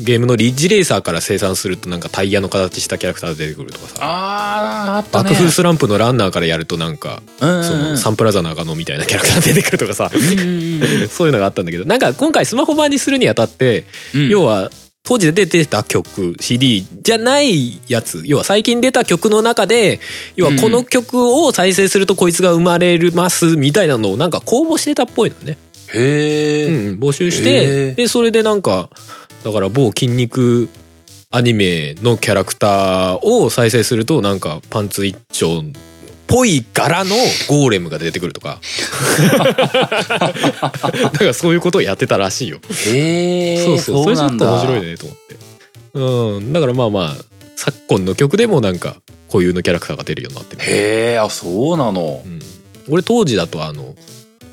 S2: ゲームのリッジレーサーから生産するとなんかタイヤの形したキャラクターが出てくるとかさ
S1: あー、あったね。
S2: 爆風スランプのランナーからやるとなんか、
S1: うん
S2: そのサンプラザ中野みたいなキャラクターが出てくると かさ
S1: うんうん
S2: そういうのがあったんだけどなんか今回スマホ版にするにあたって、
S1: うん。
S2: 要は当時出てた曲 CD じゃないやつ要は最近出た曲の中で要はこの曲を再生するとこいつが生まれますみたいなのをなんか公募してたっぽいのね、
S1: へ
S2: う
S1: え。
S2: ん、募集し
S1: へー
S2: てでそれでなんかだから某筋肉アニメのキャラクターを再生するとなんかパンツ一丁ぽい柄のゴーレムが出てくると かだからそういうことをやってたらしいよ、
S1: へえ
S2: そうそ
S1: そ
S2: うそ
S1: う
S2: れちょ
S1: な
S2: っ
S1: ん
S2: と
S1: だ
S2: 面白いねと思ってうんだからまあまあ昨今の曲でもなんか固有のキャラクターが出るようになってる、
S1: へえあそうなの
S2: うん、俺当時だとあの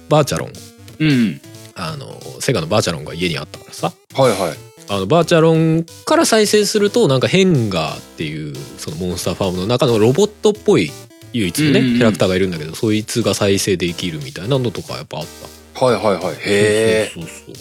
S2: バーチャロン
S1: うん
S2: あのセガのバーチャロンが家にあったからさ
S1: はいはい
S2: あのバーチャロンから再生するとなんかヘンガーっていうそのモンスターファームの中のロボットっぽい唯一のね、
S1: うんうんうん
S2: キャラクターがいるんだけどそいつが再生できるみたいなのとかやっぱあった
S1: はいはいはいへえ
S2: そうそうそう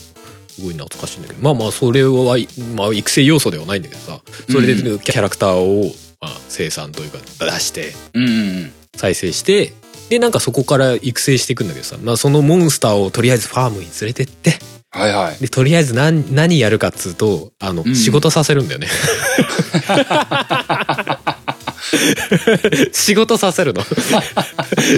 S2: すごい懐かしいんだけどまあまあそれは、まあ、育成要素ではないんだけどさそれで
S1: う
S2: キャラクターを、まあ、生産というか出して
S1: うんうん
S2: 再生してでなんかそこから育成していくんだけどさ、まあ、そのモンスターをとりあえずファームに連れてって
S1: はいはい
S2: でとりあえず何何やるかっつうとあの、
S1: うん
S2: 仕事させるん だよね仕事 させるの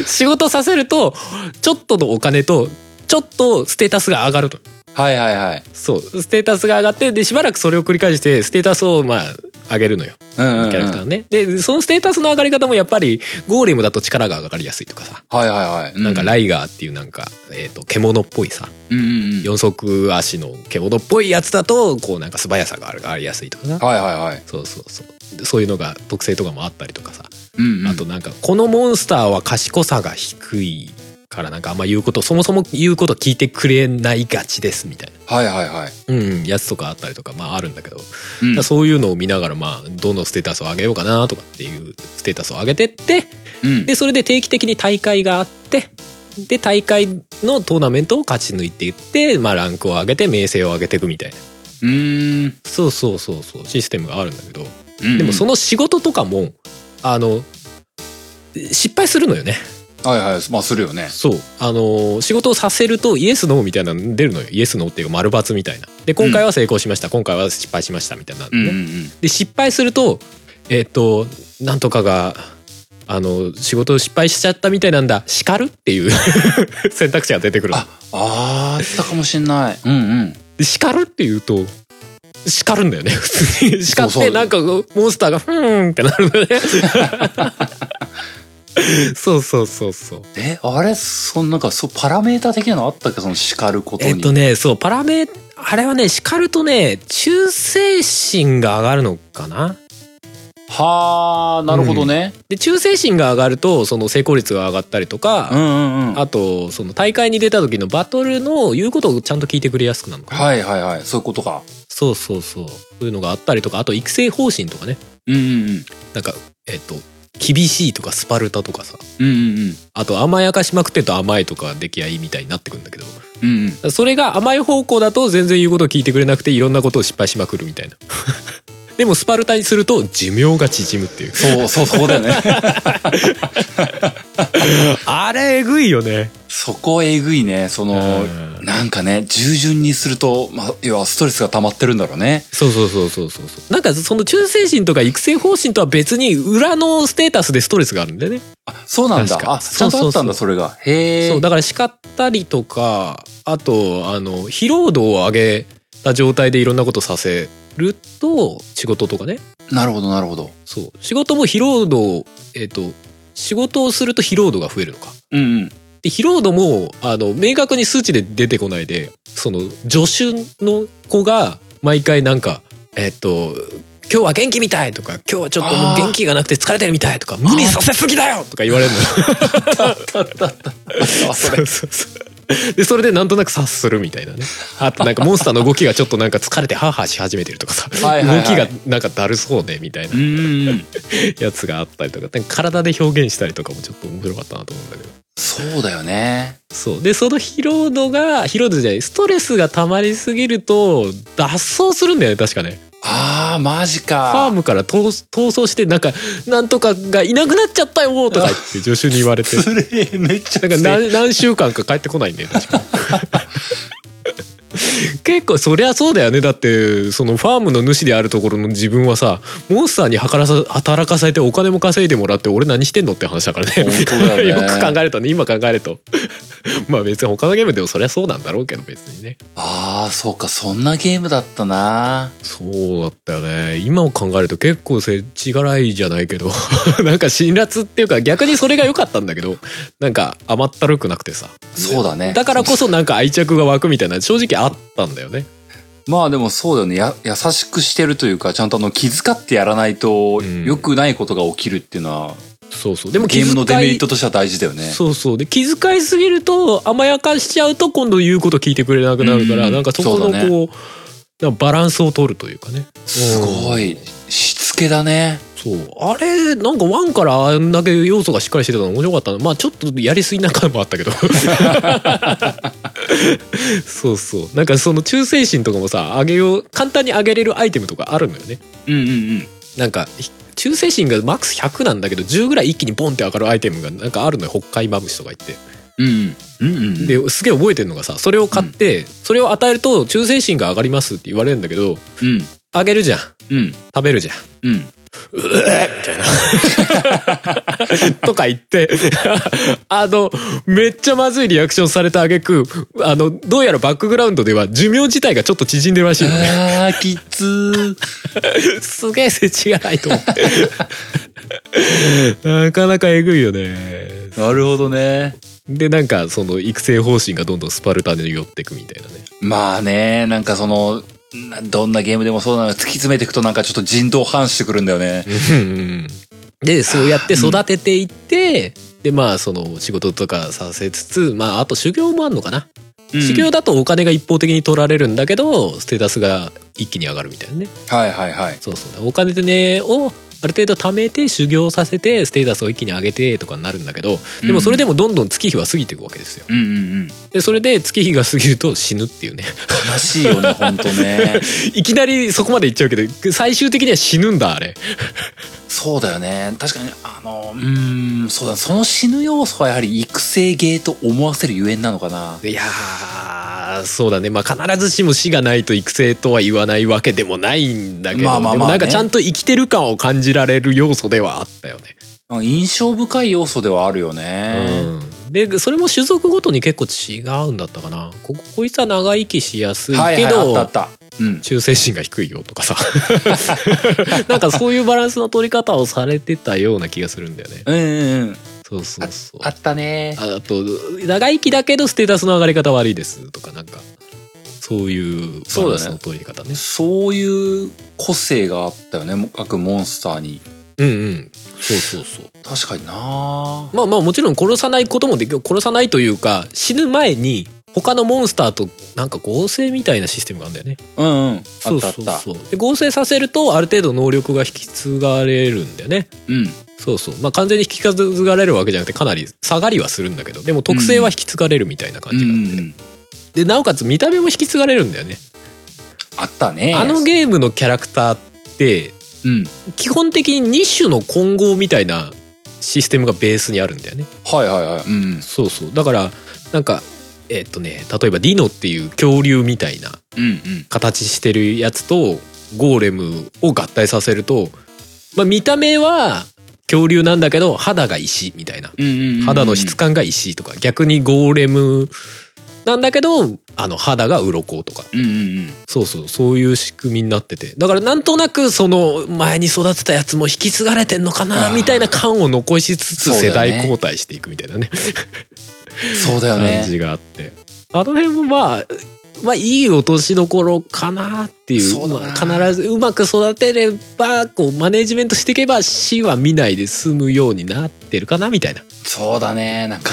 S2: 仕事させるとちょっとのお金とちょっとステータスが上がると
S1: はいはいはい
S2: そうステータスが上がってでしばらくそれを繰り返してステータスをまあ上げるのよ
S1: うん
S2: キ
S1: うんうん
S2: ャラクターのね、でそのステータスの上がり方もやっぱりゴーレムだと力が上がりやすいとかさ
S1: はいはいはい
S2: なんか
S1: イ
S2: ライガーっていうなんか、えー、と獣っぽいさ
S1: うんうんうん
S2: 四足足の獣っぽいやつだとこうなんか素早さがあるありやすいとかな
S1: はいはいはい
S2: そうそうそうでそういうのが特性とかもあったりとかさ
S1: うんうん
S2: あとなんかこのモンスターは賢さが低いからなんかあんま言うことそもそも言うこと聞いてくれないがちですみたい
S1: はいはいはい
S2: な、うん、やつとかあったりとかまああるんだけど、
S1: うん
S2: だからそういうのを見ながらまあどのステータスを上げようかなとかっていうステータスを上げてって
S1: うん
S2: でそれで定期的に大会があってで大会のトーナメントを勝ち抜いていって、まあ、ランクを上げて名声を上げていくみたいな
S1: うーん
S2: そうそうそうそうシステムがあるんだけど
S1: うん
S2: でもその仕事とかもあの失敗するのよね
S1: はいはいまあするよね
S2: そうあの仕事をさせるとイエスノーみたいなの出るのよイエスノーっていうか丸×みたいなで今回は成功しました、今回は失敗しましたみたいなの
S1: うん
S2: ね、
S1: うんうん
S2: で失敗するとえっ、となんとかがあの仕事を失敗しちゃったみたいなんだ叱るっていう 選択肢が出てくるの
S1: ああーあったかもしんないうんうん
S2: で叱るっていうと叱るんだよね 普通に叱っ
S1: そうそ
S2: て
S1: う
S2: なんかモンスターが「ふーん」ってな るのねそうそうそうそう
S1: えあれそんなんかそうパラメータ的なのあったっけその叱ることに
S2: えっとねそうパラメあれはね叱るとね忠誠心が上がるのかな
S1: はあなるほどね、
S2: で忠誠心が上がるとその成功率が上がったりとか、
S1: うん、うんうん
S2: あとその大会に出た時のバトルの言うことをちゃんと聞いてくれやすくなるのかな、
S1: はいはいはいそういうことか
S2: そうそうそうそういうのがあったりとかあと育成方針とかね
S1: うんうん
S2: なんかえっ、と厳しいとかスパルタとかさ
S1: うんうんうん
S2: あと甘やかしまくってると甘いとか出来合いみたいになってくるんだけど
S1: うんうん
S2: それが甘い方向だと全然言うことを聞いてくれなくていろんなことを失敗しまくるみたいな でもスパルタにすると寿命が縮むっていう
S1: そうそうそうだよね
S2: あれえぐいよね
S1: そこえぐいねその
S2: うん
S1: なんかね従順にすると、まあ、要はストレスが溜まってるんだろうね
S2: そうそうそうそうそうそうなんかその忠誠心とか育成方針とは別に裏のステータスでストレスがあるんだよね
S1: あそうなんだ
S2: 確か
S1: あちゃんとあったんだそれがへえ
S2: そうだから叱ったりとかあとあの疲労度を上げた状態でいろんなことさせると仕事とかね
S1: なるほどなるほど
S2: そう仕事も疲労度をえっ、と仕事をすると疲労度が増えるのか
S1: うんうん
S2: で疲労度もあの明確に数値で出てこないでその助手の子が毎回なんかえっ、と今日は元気みたいとか今日はちょっともう元気がなくて疲れてるみたいとか無理させすぎだよとか言われるの
S1: あそれ
S2: そうそうそうでそれでなんとなく察するみたいなねあとなんかモンスターの動きがちょっとなんか疲れてハーハーし始めてるとかさ
S1: はいはいはい
S2: 動きがなんかだるそうねみたいな
S1: うんうんうん
S2: やつがあったりとかなんか体で表現したりとかもちょっと面白かったなと思うんだけど
S1: そうだよね
S2: そうでその疲労度が疲労度じゃないストレスが溜まりすぎると脱走するんだよね確かね
S1: あーマジ
S2: ファー
S1: か
S2: ムから逃逃走してなんかなんとかがいなくなっちゃったよとか言って助手に言わ れて
S1: つれえめっちゃ
S2: なんか何何週間か帰ってこないんだよ確か 結構そりゃそうだよねだってそのファームの主であるところの自分はさモンスターにはからさ働かされてお金も稼いでもらって俺何してんのって話だからね
S1: 本当だよね
S2: よく考えるとね今考えると まあ別に他のゲームでもそりゃそうなんだろうけど別にね
S1: ああ、そうか、そんなゲームだったな。
S2: そうだったよね今を考えると結構せちがらいじゃないけど なんか辛辣っていうか逆にそれが良かったんだけどなんか甘ったるくなくてさ
S1: そうだね。
S2: だからこそなんか愛着が湧くみたいな正直あったんだよね
S1: まあでもそうだよね。や、優しくしてるというか、ちゃんとあの、気遣ってやらないと、
S2: うん
S1: 良くないことが起きるっていうのは、
S2: そうそうでも
S1: ゲ
S2: 気
S1: ーム
S2: 遣
S1: の
S2: い
S1: デメリットとしては大事だよね。
S2: そうそうで気遣いすぎると甘やかしちゃうと今度言うこと聞いてくれなくなるから、
S1: うん
S2: なんかそこの
S1: そう
S2: こう
S1: だね
S2: なんかバランスを取るというかね
S1: すごい。しつけだね。
S2: そうあれなんかワンからあんだけ要素がしっかりしてたの面白かったなまあちょっとやりすぎな感もあったけ どそうそうなんかその忠誠心とかもさあげよう簡単に上げれるアイテムとかあるのよね
S1: うんうんうん。
S2: なんかひ忠誠心がマックス100なんだけど10ぐらい一気にボンって上がるアイテムがなんかあるのよ北海マムシとか言って
S1: うんうん。うんうん。
S2: ですげえ覚えてるのがさそれを買って、それを与えると忠誠心が上がりますって言われるんだけど
S1: うん。
S2: あげるじゃ
S1: う
S2: ん
S1: ん。
S2: 食べるじゃ
S1: う
S2: ん
S1: ん。
S2: とか言ってあのめっちゃまずいリアクションされた挙句あのどうやらバックグラウンドでは寿命自体がちょっと縮んでるらしいのね
S1: あー、きつー。
S2: すげえ世知がないと思って なかなかえぐいよね
S1: なるほどね。
S2: でなんかその育成方針がどんどんスパルタに寄ってくみたいなね
S1: まあね、なんかその、などんなゲームでもそうなの突き詰めていくとなんかちょっと人道反してくるんだよね。
S2: でそうやって育てていって、でまあその仕事とかさせつつまああと修行もあんのかな、修行だとお金が一方的に取られるんだけどステータスが一気に上がるみたいなね
S1: はいはいはい。
S2: そうそうお金でねをある程度貯めて修行させてステータスを一気に上げてとかになるんだけどでもそれでもどんどん月日は過ぎていくわけですよ
S1: うんうんうん。
S2: でそれで月日が過ぎると死ぬっていうね
S1: 悲しいよね、ほんとね。
S2: いきなりそこまでいっちゃうけど最終的には死ぬんだあれ
S1: そうだよね。確かに、あの、うーん、そうだ、その死ぬ要素はやはり育成ゲーと思わせるゆえんなのかな。
S2: いやーそうだねまあ必ずしも死がないと育成とは言わないわけでもないんだけど、
S1: まあまあまあね
S2: でもなんかちゃんと生きてる感を感じられる要素ではあったよね。
S1: 印象深い要素ではあるよね。
S2: うん、でそれも種族ごとに結構違うんだったかなここいつは長生きしやすい
S1: はいはい、
S2: けど、
S1: あったあった。うん。
S2: 忠誠心が低いよとかさ なんかそういうバランスの取り方をされてたような気がするんだよね。
S1: うんうんうん。
S2: そうそうそう
S1: あったね。
S2: ああと長生きだけどステータスの上がり方悪いですとかなんかそういうバランスの取り方ね
S1: そういう個性があったよね、各モンスターに。
S2: うんうんそうそうそう
S1: 確かにな
S2: まあまあもちろん殺さないこともできる殺さないというか死ぬ前に他のモンスターとなんか合成みたいなシステムがあるんだよね
S1: うんうん。あったあった。
S2: そうそうそうで合成させるとある程度能力が引き継がれるんだよね
S1: うん。
S2: そうそうまあ完全に引き継がれるわけじゃなくてかなり下がりはするんだけどでも特性は引き継がれるみたいな感
S1: うん
S2: じがあって、
S1: うん。
S2: でなおかつ見た目も引き継がれるんだよね
S1: あったね。
S2: あのゲームのキャラクターって
S1: うん。
S2: 基本的に2種の混合みたいなシステムがベースにあるんだよね
S1: はいはいはい。うん。
S2: そうそうだからなんかえっとね例えばディノっていう恐竜みたいな
S1: うんうん。
S2: 形してるやつとゴーレムを合体させると、まあ、見た目は恐竜なんだけど肌が石みたいな
S1: うんうんうん。
S2: 肌の質感が石とか逆にゴーレムなんだけどあの肌が鱗とか
S1: うんうんうん。
S2: そうそう、そういう仕組みになってて。だからなんとなくその前に育てたやつも引き継がれてんのか
S1: あ
S2: な、
S1: ー
S2: みたいな感を残しつつ
S1: そうだ
S2: 世
S1: よね
S2: 代交代していくみたいなね、
S1: そうだよ
S2: 感
S1: ね。
S2: じがあって。あの辺もまあ、まあいい落としどころかなっていう。
S1: そうだな
S2: まあ必ずうまく育てれば、こうマネジメントしていけば死は見ないで済むようになってるかな、みたいな。
S1: そうだね。なんか、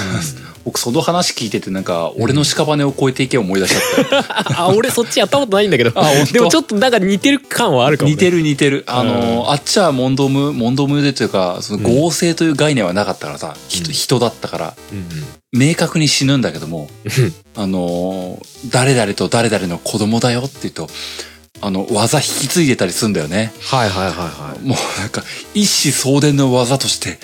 S1: 僕その話聞いててなんか、俺の屍を越えていけを思い出しちゃっ
S2: あ、俺そっちやったことないんだけど。
S1: た。あ、本当
S2: でもちょっとなんか似てる感はあるかも、ね。
S1: 似てる似てる。あの、あっちはモンドム、モンドムでというか、その合成という概念はなかったからさ、人人だったから、
S2: うんうん。
S1: 明確に死ぬんだけども、あの、誰々と誰々の子供だよって言うと、あの、技引き継いでたりするんだよね。
S2: はいはいはいはい。
S1: もうなんか、一子相伝の技として、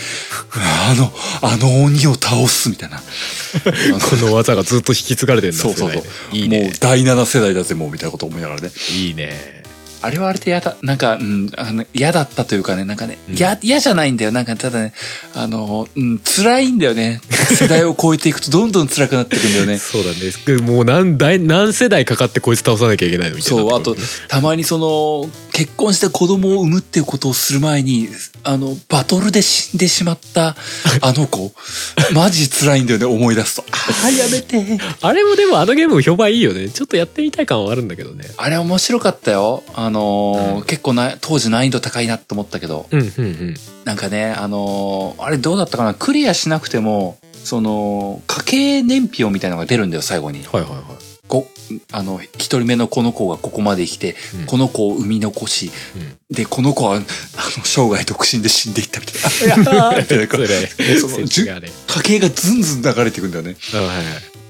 S1: あの、あの鬼を倒すみたいな。あの
S2: この技がずっと引き継がれてるんだ
S1: そうそうそう
S2: 世代でいい
S1: も
S2: ね
S1: う第7世代だぜ、もうみたいなこと思いながらね。
S2: いいね
S1: あれはあれで嫌だ、なんか、うん、あの、嫌だったというかね、なんかね、
S2: うん
S1: や、嫌じゃないんだよ。なんか、ただね、あの、うん、辛いんだよね。世代を超えていくとどんどん辛くなっていくんだよ ね。
S2: そうだねもう何代何世代かかってこいつ倒さなきゃいけないのみたいな
S1: そう、あと、たまにその、結婚して子供を産むっていうことをする前に、あの、バトルで死んでしまった、あの 子、マジ辛いんだよね、思い出すと。ああ、やめて。
S2: あれもでもあのゲーム評判いいよねちょっとやってみたい感はあるんだけどね
S1: あれ面白かったよ。あのー結構な、当時難易度高いなって思ったけど、
S2: うんうんうん
S1: なんかね、あのーあれどうだったかな、クリアしなくても、その、家計年表みたいなのが出るんだよ、最後に。
S2: はいは いはい
S1: こあの、一人目のこの子がここまで生きて、
S2: うん
S1: この子を産み残し、
S2: うん
S1: で、この子は、あの、生涯独身で死んでいったみたいな。い やーみたいなこうその
S2: 設置があれ
S1: 家計がずんずん流れていくんだよね。
S2: うんはいはい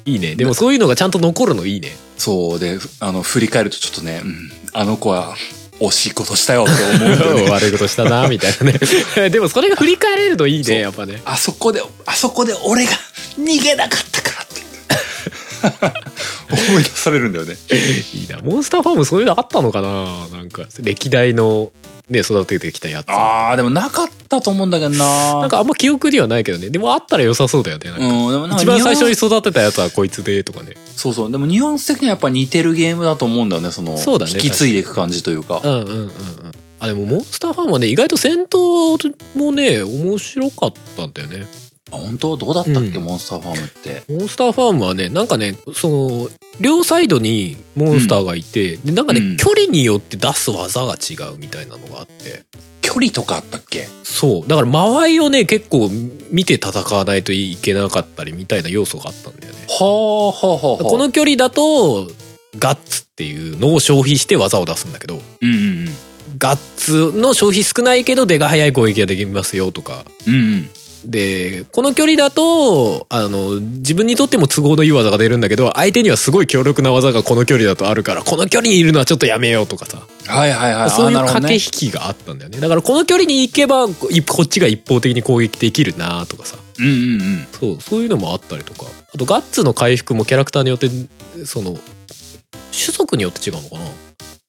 S2: いいねでもそういうのがちゃんと残るのいいね
S1: そうで、ふあの、振り返るとちょっとね、うん、あの子は、惜しいことしたよって思 うんだよね。
S2: 悪いことしたなみたい なねでもそれが振り返れるといい
S1: そう
S2: ねやっぱね
S1: あそこで、あそこで俺が逃げなかったからって。 思い出されるんだよね。
S2: いいなモンスターファームそういうのあったのかななんか歴代のね育ててきたやつ
S1: ああ、でもなかったと思うんだけどな。
S2: なんかあんま記憶にはないけどねでもあったら良さそうだよねなん
S1: う
S2: か
S1: ん、でもなんか
S2: 一番最初に
S1: に。
S2: 育てたやつはこいつでとかね
S1: そうそう。でもニュアンス的にはやっぱ似てるゲームだと思うんだよね。その、
S2: そうだね
S1: 引き継いでいく感じというか
S2: う。んうんうんうんあでもモンスターファームはね意外と戦闘もね面白かったんだよね
S1: あ本当どうだったっけ、
S2: うん
S1: モンスターファームって。
S2: モンスターファームはねなんかねその両サイドにモンスターがいて、でなんかね、
S1: うん
S2: 距離によって出す技が違うみたいなのがあって
S1: 距離とかあったっけ
S2: そうだから間合いをね結構見て戦わないといけなかったりみたいな要素があったんだよね
S1: はあ、はあ、はあ。
S2: こ、の距離だとガッツっていうのを消費して技を出すんだけど
S1: うんうんうん。
S2: ガッツの消費少ないけど出が速い攻撃ができますよとか
S1: うんうん。
S2: で、この距離だと、あの、自分にとっても都合のいい技が出るんだけど、相手にはすごい強力な技がこの距離だとあるから、この距離にいるのはちょっとやめようとかさ、
S1: はいはいはい。
S2: そういう
S1: あなるほ
S2: 駆
S1: ど
S2: け
S1: ね
S2: 引きがあったんだよね。だからこの距離に行けば、いこっちが一方的に攻撃できるなとかさ、
S1: うんうんうん。
S2: そう、そういうのもあったりとか、あとガッツの回復もキャラクターによって、その、種族によって違うのかな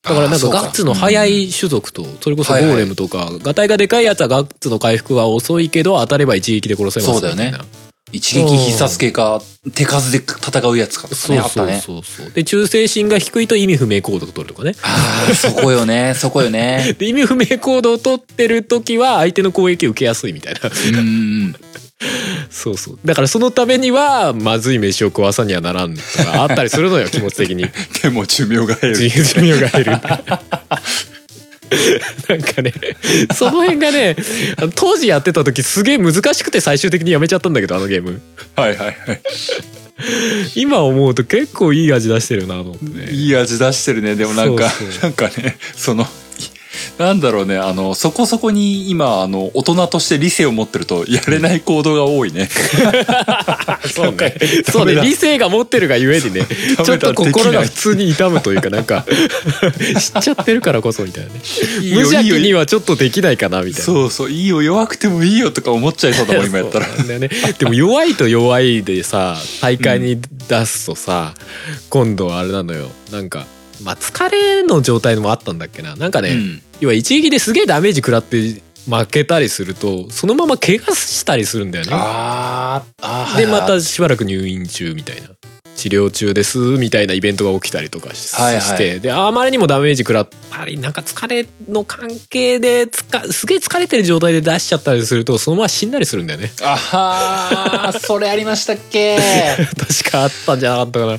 S2: だから
S1: あー
S2: なんか
S1: そう
S2: ガッツの速
S1: うんうん
S2: い種族と、それこそゴ
S1: はいはい
S2: ーレムとか、ガタイがでかいやつはガッツの回復は遅いけど、当たれば一撃で殺せますみたいな。
S1: そうだよね一撃必殺系か、手数で戦うやつかとか
S2: そう
S1: ね、あった
S2: そう
S1: ね。
S2: そうそう、で忠誠心が低いと意味不明行動を取るとかね
S1: ああ、そこよね、そこよね。
S2: で意味不明行動を取ってる時は相手の攻撃を受けやすいみたいな
S1: うんうん。
S2: そうそうだからそのためにはまずい飯を食わさにはならんとかあったりするのよ気持ち 的に
S1: でも寿命が減
S2: 寿。寿命が減るなんかねその辺がねあの当時やってた時すげえ難しくて最終的にやめちゃったんだけどあのゲーム
S1: はいはいはい。
S2: 今思うと結構いい味出してるなと思ってね
S1: いい味出してるね。でもなんか、
S2: そうそう
S1: なんかね、その、いなんだろうね、あの、そこそこに今、あの、大人として理性を持ってると、やれない行動が多いね。
S2: そうね。
S1: ダ
S2: そう
S1: メ
S2: ね。
S1: だ
S2: 理性が持ってるがゆえにね、
S1: ダメだ
S2: ちょっと心が普通に痛むというか、なんか、 知っちゃってるからこそみたいなね。無
S1: いいよ
S2: 邪気にはちょっとできないかな、みたいな。
S1: そうそう、いいよ、弱くてもいいよとか思っちゃいそうだもん、今やったら。
S2: そうなんだよね、でも弱いと弱いでさ大会に出すとさ、今度はあれなのよなんか、まあ、疲れの状態もあったんだっけななんかね、
S1: うん
S2: 要は一撃ですげえダメージ食らって負けたりするとそのまま怪我したりするんだよね。
S1: あーあー、
S2: で
S1: はいは
S2: ま
S1: い
S2: たしばらく入院中みたいな治療中ですみたいなイベントが起きたりとかし,、
S1: はいはい
S2: てであまりにもダメージ食らったりなんか疲れの関係でつかすげえ疲れてる状態で出しちゃったりするとそのまま死んだりするんだよね
S1: あはー、それありましたっけ
S2: 確かあったんじゃなかったかな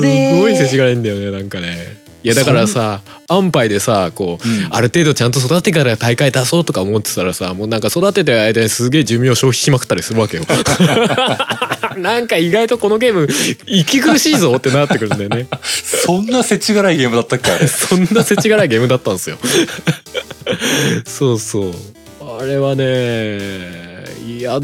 S1: つれー
S2: ごい世知辛いんだよねなんかねいやだからさ安牌でさこう、
S1: うん
S2: ある程度ちゃんと育ててから大会出そうとか思ってたらさもうなんか育ててる間にすげえ寿命消費しまくったりするわ けよなんか意外とこのゲーム息苦しいぞってなってくるんだよね
S1: そんな世知辛いゲームだったっけあれ
S2: そんな世知辛いゲームだったん ですよそうそうあれはねいや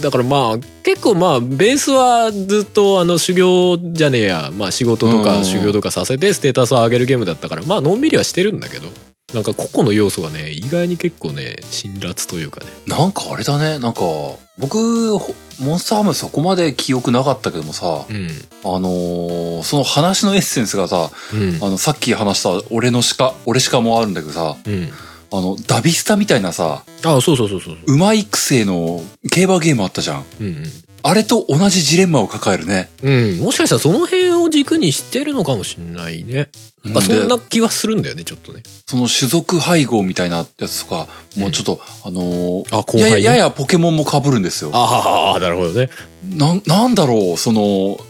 S2: だからまあ結構まあベースはずっとあの修行じゃねえや、まあ、仕事と
S1: う
S2: か
S1: ん
S2: 修行とかさせてステータスを上げるゲームだったからまあのんびりはしてるんだけどなんか個々の要素がね意外に結構ね辛辣というかね
S1: なんかあれだね、なんか、僕、ほモンスターハムそこまで記憶なかったけどもさ、
S2: う
S1: あのーその話のエッセンスがさ、
S2: んうん
S1: あの、さっき話した俺の鹿、俺鹿もあるんだけどさ、
S2: うん
S1: あの、ダビスタみたいなさ、
S2: あそうそうそうそう
S1: 馬育成の競馬ゲームあったじゃん。
S2: うん
S1: あれと同じジレンマを抱えるね。
S2: うん、うん、もしかしたらその辺を軸にしてるのかもしんないねまあそ
S1: で
S2: んな気はするんだよねちょっとね
S1: その種族配合みたいなやつとか、もうちょっと、あのー
S2: あ後
S1: や
S2: 輩
S1: や
S2: ね
S1: ややポケモンも被るんですよ。
S2: ああなるほどね
S1: なん、なんだろう、その、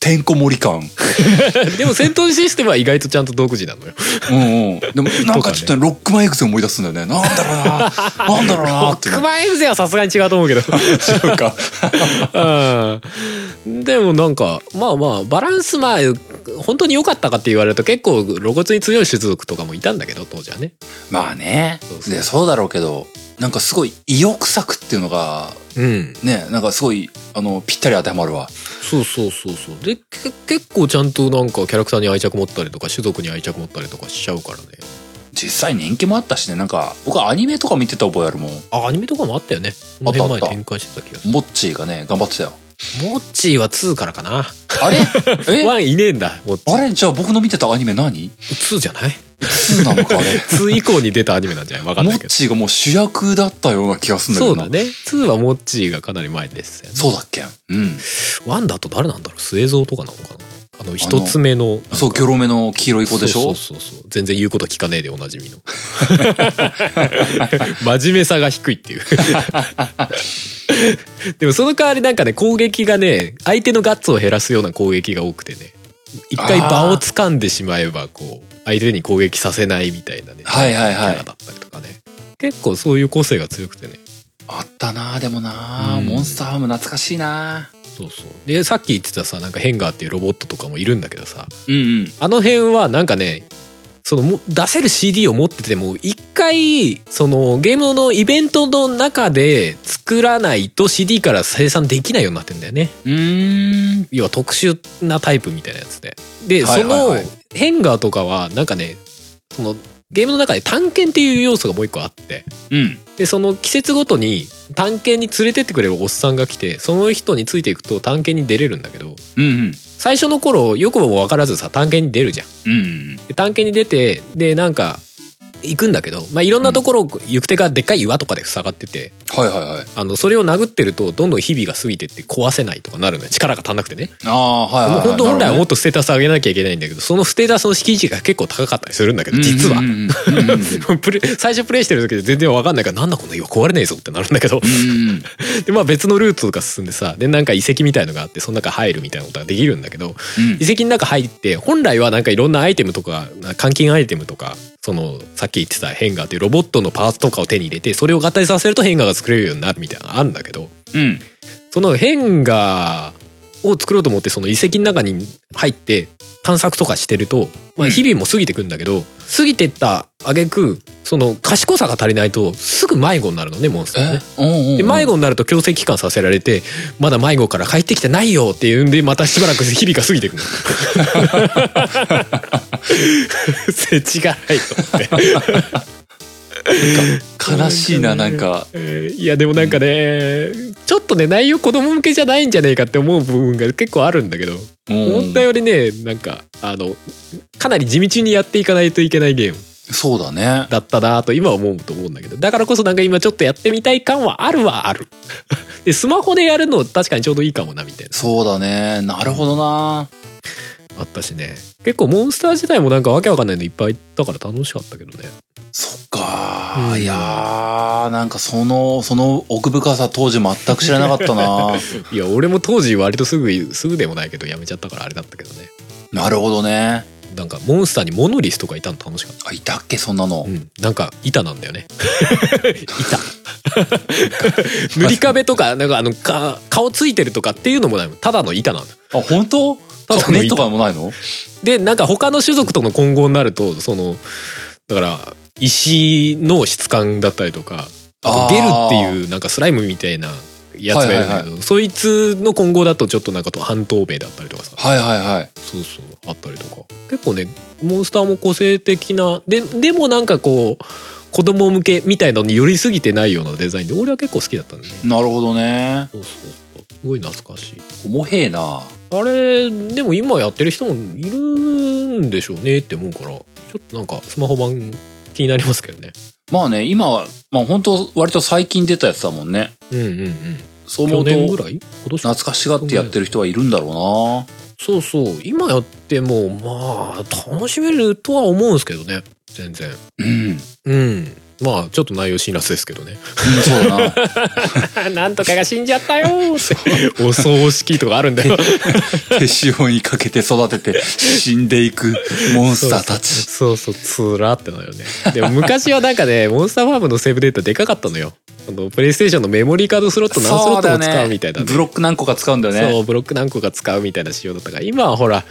S1: てんこ盛り感。
S2: でも戦闘システムは意外とちゃんと独自なの よ
S1: うんうん。でも、なんかちょっとね、ロックマンエグゼ思い出すんだよね。なんだろうな、なんだろうなっていう
S2: ク。マエグゼはさすがに違うと思うけ ど
S1: 違うか。
S2: うんでもなんかまあまあバランスまあ本当に良かったかって言われると結構露骨に強い種族とかもいたんだけど当時はね
S1: まあね
S2: そう。そう
S1: で、そうだろうけど、なんかすごい意欲作っていうのが、
S2: うん
S1: ね、なんかすごい、あの、ぴったり当てはまるわ。
S2: そうそうそうそうでけ結構ちゃんとなんかキャラクターに愛着持ったりとか種族に愛着持ったりとかしちゃうからね
S1: 実際人気もあったしね、なんか、僕アニメとか見てた覚えあるもん。
S2: あアニメとかもあったよね
S1: あったあった
S2: この辺前展開してた気がする
S1: モッチーがね、頑張ってたよ。
S2: モッチーは2からかな
S1: あ れえ
S2: 1いねえんだモッチ
S1: あ
S2: ー
S1: れじゃあ僕の見てたアニメ何
S2: 2じゃない
S1: ?2 なのかあれ。
S2: 2以降に出たアニメなんじゃないわかん
S1: モ
S2: ないけ
S1: ッ
S2: ど
S1: チーがもう主役だったような気がするんだけ
S2: そ
S1: どな。
S2: うだね2はモッチーがかなり前ですよね
S1: そうだっけうん。
S2: ワンダーと誰なんだろう末蔵とかなのかなあの一つ目の
S1: そう、ギョロ目の黄色い子でしょ
S2: そうそうそうそう全然言うこと聞かねえでおなじみの 真面目さが低いっていう でもその代わりなんかね攻撃がね相手のガッツを減らすような攻撃が多くてね一回場を掴んでしまえばこう相手に攻撃させないみたいなね
S1: はいはいはい
S2: キャラだったりとかね結構そういう個性が強くてね
S1: あったなでもな、
S2: うん
S1: モンスターハム懐かしいな
S2: そうそうでさっき言ってたさなんかヘンガーっていうロボットとかもいるんだけどさ
S1: うんうん。
S2: あの辺はなんかね、そのも出せる CD を持ってても、一回、そのゲームのイベントの中で作らないと CD から生産できないようになってんだよね。
S1: うーん。
S2: 要は特殊なタイプみたいなやつで。で、
S1: はい
S2: そ
S1: はい
S2: の
S1: はい
S2: ヘンガーとかはなんかね、そのゲームの中で探検っていう要素がもう一個あって、
S1: うん。
S2: で、その季節ごとに探検に連れてってくれるおっさんが来て、その人についていくと探検に出れるんだけど、
S1: うん
S2: 最初の頃、よくも分からずさ、探検に出るじゃん。
S1: うん。うん。
S2: で探検に出てでなんか行くんだけど、まあ、いろんなところを行く手がでっかい岩とかで塞がってて
S1: はいはいはい。
S2: あのそれを殴ってるとどんどん日々が過ぎてって壊せないとかなるのよ力が足んなくてね
S1: ああ、はいはい
S2: もう
S1: はい。
S2: 本当本来はもっ
S1: っ
S2: とステータス上げなきゃいけないんだけどそのステータスの敷地が結構高かったりするんだけど実は
S1: うん。うんうんうん
S2: プレ最初プレイしてる時で全然わかんないからなんだこんな岩壊れねえぞってなるんだけど
S1: うんうん
S2: でまあ別のルートとか進んでさでなんか遺跡みたいのがあってその中入るみたいなことができるんだけど
S1: うん
S2: 遺跡の中入って本来はなんかいろんなアイテムとか換金アイテムとかそのさっき言ってたヘンガーっていうロボットのパーツとかを手に入れてそれを合体させるとヘンガーが作れるようになるみたいなのあるんだけど
S1: うん。
S2: そのヘンガーを作ろうと思ってその遺跡の中に入って探索とかしてると、
S1: う
S2: まあ、
S1: ん
S2: 日々も過ぎてくんだけど、過ぎてった挙句その賢さが足りないとすぐ迷子になるのねモンスターは
S1: え
S2: ね。
S1: うんうん。
S2: で迷子になると強制帰還させられてまだ迷子から帰ってきてないよっていうんでまたしばらく日々が過ぎていく の。せちがないと思って
S1: 悲しいな、なんか。
S2: えー。いやでもなんかねちょっとね内容子供向けじゃないんじゃねえかって思う部分が結構あるんだけど思
S1: 問
S2: ったよりねなんかあのかなり地道にやっていかないといけないゲーム
S1: そうだね。
S2: だったなと今は思うと思うんだけどだからこそなんか今ちょっとやってみたい感はあるはあるでスマホでやるの確かにちょうどいいかもなみたいな
S1: そうだね。なるほどな。
S2: あったしね結構モンスター自体もなんかわけわかんないのいっぱいだから楽しかったけどね
S1: そっか
S2: う
S1: ー。
S2: ん
S1: いやー、なんかその、その奥深さ当時全く知らなかった な。
S2: いや俺も当時割とすぐすぐでもないけどやめちゃったからあれだったけどね
S1: なるほどね。
S2: なんかモンスターにモノリスとかいたの楽しかった
S1: あ、いたっけ、そんなの
S2: う。ん、なんか板なんだよね板 塗り壁とかなんかあのか顔ついてるとかっていうのもないもんただの板なんだ
S1: あ、本当
S2: ただの
S1: カネ
S2: 板
S1: とかもないの
S2: でなんか他の種族との混合になるとそのだから石の質感だったりとかあとゲルっていうなんかスライムみたいなやつがいるんだけど、
S1: はいはい
S2: そいつの混合だとちょっとなんかと半透明だったりとかさ
S1: はいはいはい。
S2: そうそうあったりとか結構ねモンスターも個性的なででもなんかこう子供向けみたいなのに寄りすぎてないようなデザインで俺は結構好きだったんでね
S1: なるほどね。
S2: そうそうそうすごい懐かしい
S1: 重へえな。
S2: あれでも今やってる人もいるんでしょうねって思うからちょっとなんかスマホ版気になりますけどね
S1: まあね、今は、まあ本当割と最近出たやつだもんね。
S2: うんうんうん
S1: そう思う
S2: 去
S1: と、
S2: 年ぐ
S1: 懐
S2: らい今年
S1: かしがってやってる人はいるんだろ
S2: そうそう今やってもまあ楽しめるとは思うんですけどね全然
S1: うな。うん。うん
S2: うんまあちょっと内容辛辣ですけどね
S1: そうだな。
S2: なんとかが死んじゃったよー ってお葬式とかあるんだよ
S1: 手塩にかけて育てて死んでいくモンスターたち。
S2: そうそうつらってなるよねでも昔はなんか ねモンスターファームのセーブデータでかかったのよあのプレイステーションのメモリーカードスロット何スロットも使うみたいなね
S1: ブロック何個か使うんだよ
S2: そ
S1: ね。
S2: うブロック何個か使うみたいな仕様だったから今はほら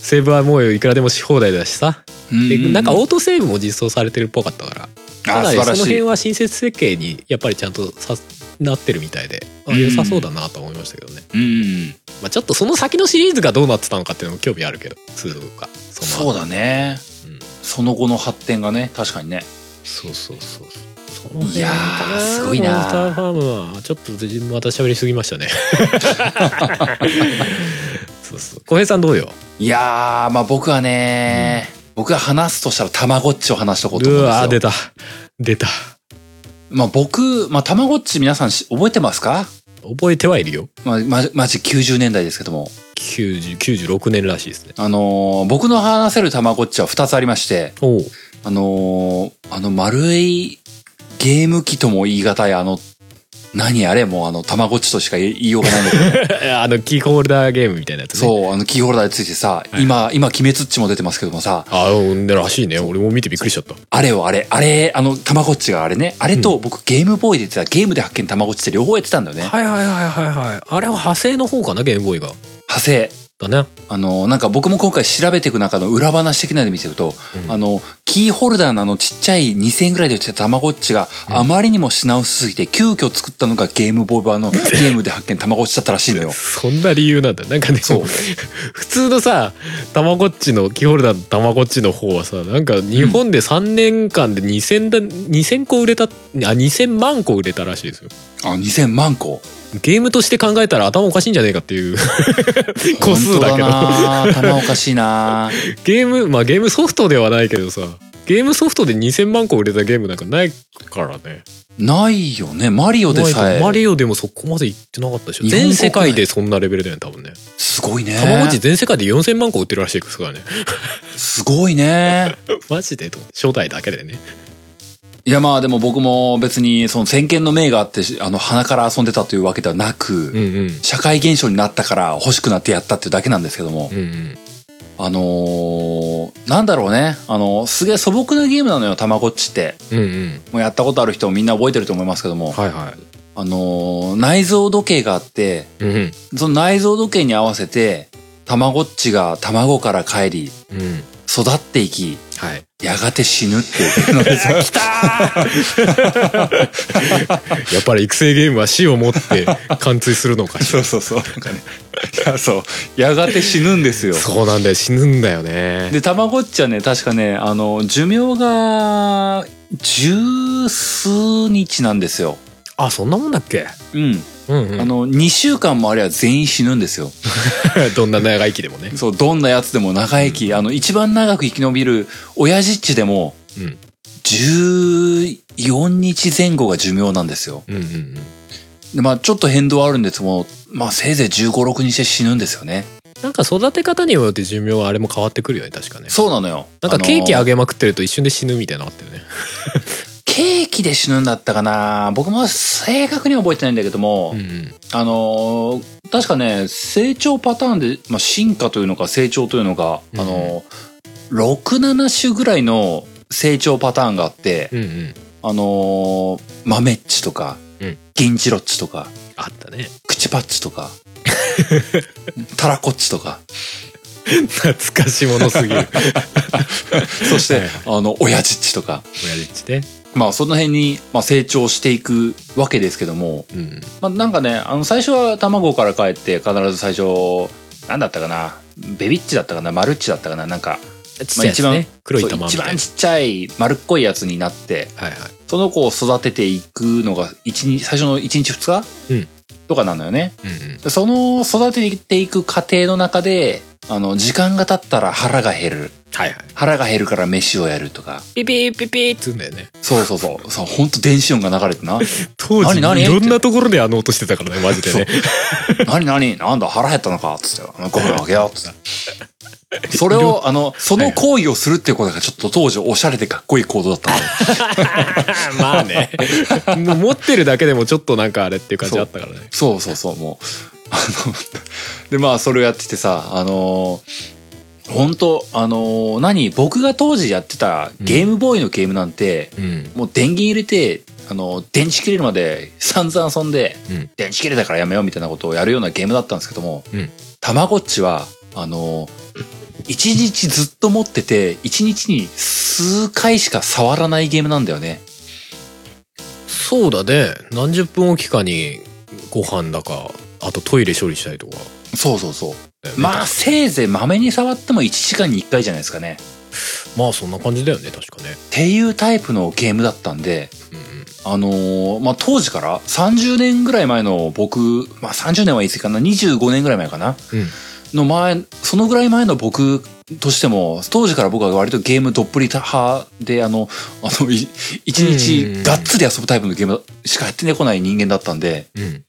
S2: セーブはもういくらでもし放題だしさ
S1: うん
S2: でなんかオートセーブも実装されてるっぽかったからか
S1: あ
S2: な
S1: 素
S2: り
S1: 晴
S2: その
S1: らし
S2: 辺
S1: い。
S2: は親切設計にやっぱりちゃんとさなってるみたいであ
S1: うん
S2: 良さそうだなと思いましたけどね、
S1: うん。
S2: まあ、ちょっとその先のシリーズがどうなってたのかっていうのも興味あるけど2とかそ
S1: そ
S2: の
S1: うだね。
S2: うん
S1: その後の発展がね、確かにね。
S2: そうそうそうその辺
S1: いや
S2: か
S1: ー、すごい
S2: モンスター
S1: な。
S2: ファームはちょっと自分また喋りすぎましたね そうそう小平さんどうよ
S1: いやー、まあ僕はね、僕が話すとしたらたまごっちを話しとこうと
S2: う
S1: 思うん
S2: わー
S1: で
S2: 出
S1: すよ。
S2: た出た
S1: まあ僕、まあたまごっち皆さんし覚えてますか
S2: 覚えてはいるよ
S1: まあ、まじ、まじ90年代ですけども。
S2: 90 96年らしいですね
S1: あのー僕の話せるたまごっちは2つありまして、
S2: おう
S1: あのーあの丸いゲーム機とも言い難いあの、何あれもうあの、たまごっちとしか言い言いようがないんだけど、
S2: あのキーホルダーゲームみたいなやつね
S1: そう、あの、キーホルダーについてさ、
S2: い
S1: 今、今、鬼滅っちも出てますけどもさ、
S2: あうんでらしいね俺も見てびっくりしちゃった
S1: あれよ、あれ、あれ、あの、たまごっちがあれね、あれと僕ゲームボーイで言ってた、ゲームで発見たまごっちって両方やってたんだよね。
S2: はいはいはいはいはいあれは派生の方かなゲームボーイが
S1: 派生。
S2: だね
S1: あの、なんか僕も今回調べていく中の裏話的なので見てると、
S2: うん
S1: あの、キーホルダーのあのちっちゃい2000円ぐらいで売ってたたまごっちがあまりにも品薄すぎて、急遽作ったのがゲームボーイ 版のゲームで発見たまごっちだったらしいのよ。
S2: そんな理由なんだなんかね
S1: そう
S2: 普通のさたまごっちのキーホルダーのたまごっちの方はさなんか日本で3年間で2000だ2000個売れたあ2000万個売れたらしいですよ
S1: あ、2000万個。
S2: ゲームとして考えたら頭おかしいんじゃねえかっていう 個数だ
S1: ど。
S2: けど
S1: たまおかしいな
S2: ゲームまあゲームソフトではないけどさゲームソフトで2000万個売れたゲームなんかないからね
S1: ないよね。マリオでさえ。
S2: マリオでもそこまでいってなかったでしょ
S1: 日本国
S2: 全
S1: 内
S2: 世界でそんなレベルだよね多分ね
S1: すごいね。
S2: たまごっち全世界で4000万個売ってるらしいですからね
S1: すごいね。
S2: マジでと初代だけでね
S1: いやまあでも僕も別にその先見の明があって、あの鼻から遊んでたというわけではなく、
S2: うんうん
S1: 社会現象になったから欲しくなってやったっていうだけなんですけども、
S2: うんうん
S1: あのーなんだろうね。あのーすげえ素朴なゲームなのよ、たまごっちって。
S2: うんうん
S1: もうやったことある人もみんな覚えてると思いますけども、
S2: はいは
S1: あのー内蔵時計があって、
S2: いうんうん
S1: その内蔵時計に合わせて、たまごっちが卵から帰り、
S2: うん
S1: 育っていき、
S2: はい
S1: やがて死ぬっていうのですよ
S2: やっぱり育成ゲームは死をもって貫通するの かしら
S1: う そうそう。なんかね。いや、そう。やがて死ぬんですよ
S2: そうなんだよ死ぬんだよね
S1: で、たまごっちはね、確かね、あの、寿命が、十数日なんですよ。
S2: あそんなもんだっけ
S1: うん。
S2: うんう
S1: あ
S2: ん
S1: の、2週間もあれば全員死ぬんですよ。
S2: どんな長生きでもね
S1: そう、どんなやつでも長生き、あの、一番長く生き延びる、親父っちでも、
S2: うん
S1: 14日前後が寿命なんですよ。
S2: うんうんうん
S1: で、まあちょっと変動はあるんですけども、まあせいぜい15、6にして死ぬんですよね。
S2: なんか育て方によって寿命はあれも変わってくるよね確かね
S1: そうなのよ。
S2: なんかケーキ
S1: あ
S2: あ
S1: の
S2: げまくってると一瞬で死ぬみたいなのあったよね。
S1: ケーキで死ぬんだったかな僕も正確には覚えてないんだけども、
S2: うん
S1: あのー確かね、成長パターンで、まあ、進化というのか成長というのか、
S2: うん
S1: あのー、6、7種ぐらいの成長パターンがあって、
S2: うん。うんうん。
S1: あのー、豆っちとか、
S2: うん
S1: 銀チロッチとか、
S2: あったね。
S1: 口パッチとか、タラコッチとか、
S2: 懐 かしものすぎる。
S1: そして、あの、親父っちとか、
S2: 親父ね。
S1: まあその辺に、まあ、成長していくわけですけども、
S2: うん
S1: まあ、なんかねあの最初は卵から帰って必ず最初なんだったかなベビッチだったかなマルッチだったかななんか
S2: ちっちゃいやつ
S1: まあ
S2: ね、
S1: 一番
S2: 黒い玉
S1: そう
S2: み
S1: 一
S2: たい
S1: 番
S2: な
S1: ちっちゃい丸っこいやつになって
S2: はいはい
S1: その子を育てていくのが一日最初の1日2日、
S2: うん
S1: とかなのよね
S2: うんうん
S1: でその育てていく過程の中であの時間が経ったら腹が減る
S2: はいはい
S1: 腹が減るから飯をやるとか
S2: ピピーピピーっつうんだよね
S1: そうそうそうそう本当電子音が流れて な
S2: 当
S1: 何
S2: 時
S1: 何
S2: いろんなところであの音してたからねマジでね
S1: 何何なんだ腹減ったのかっつってご飯あげようっつってそれをあのその行為をするっていうことがちょっと当時おしゃれでかっこいい行動だったのよ
S2: まあねもう持ってるだけでもちょっとなんかあれっていう感じあったからね
S1: そうそうそうもう あのでまあそれをやっててさあの本当あの何僕が当時やってたゲームボーイのゲームなんて、
S2: うん
S1: もう電源入れて、あの、電池切れるまで散々遊んで、
S2: うん
S1: 電池切れたからやめようみたいなことをやるようなゲームだったんですけども、
S2: うん
S1: たまごっちは、あの、一日ずっと持ってて、一日に数回しか触らないゲームなんだよね。
S2: そうだね何十分おきかにご飯だかあとトイレ処理したりとか
S1: そうそうそう。まあ、せいぜい豆に触っても1時間に1回じゃないですかね。
S2: まあそんな感じだよね確かね
S1: っていうタイプのゲームだったんで、あのーまあ、当時から30年ぐらい前の僕、まあ、30年は言い過ぎかな、25年ぐらい前かな。
S2: うんうん
S1: の前、そのぐらい前の僕としても、当時から僕は割とゲームどっぷり派で、あの、あの、い一日がっつり遊ぶタイプのゲームしかやってこない人間だったんで、
S2: うん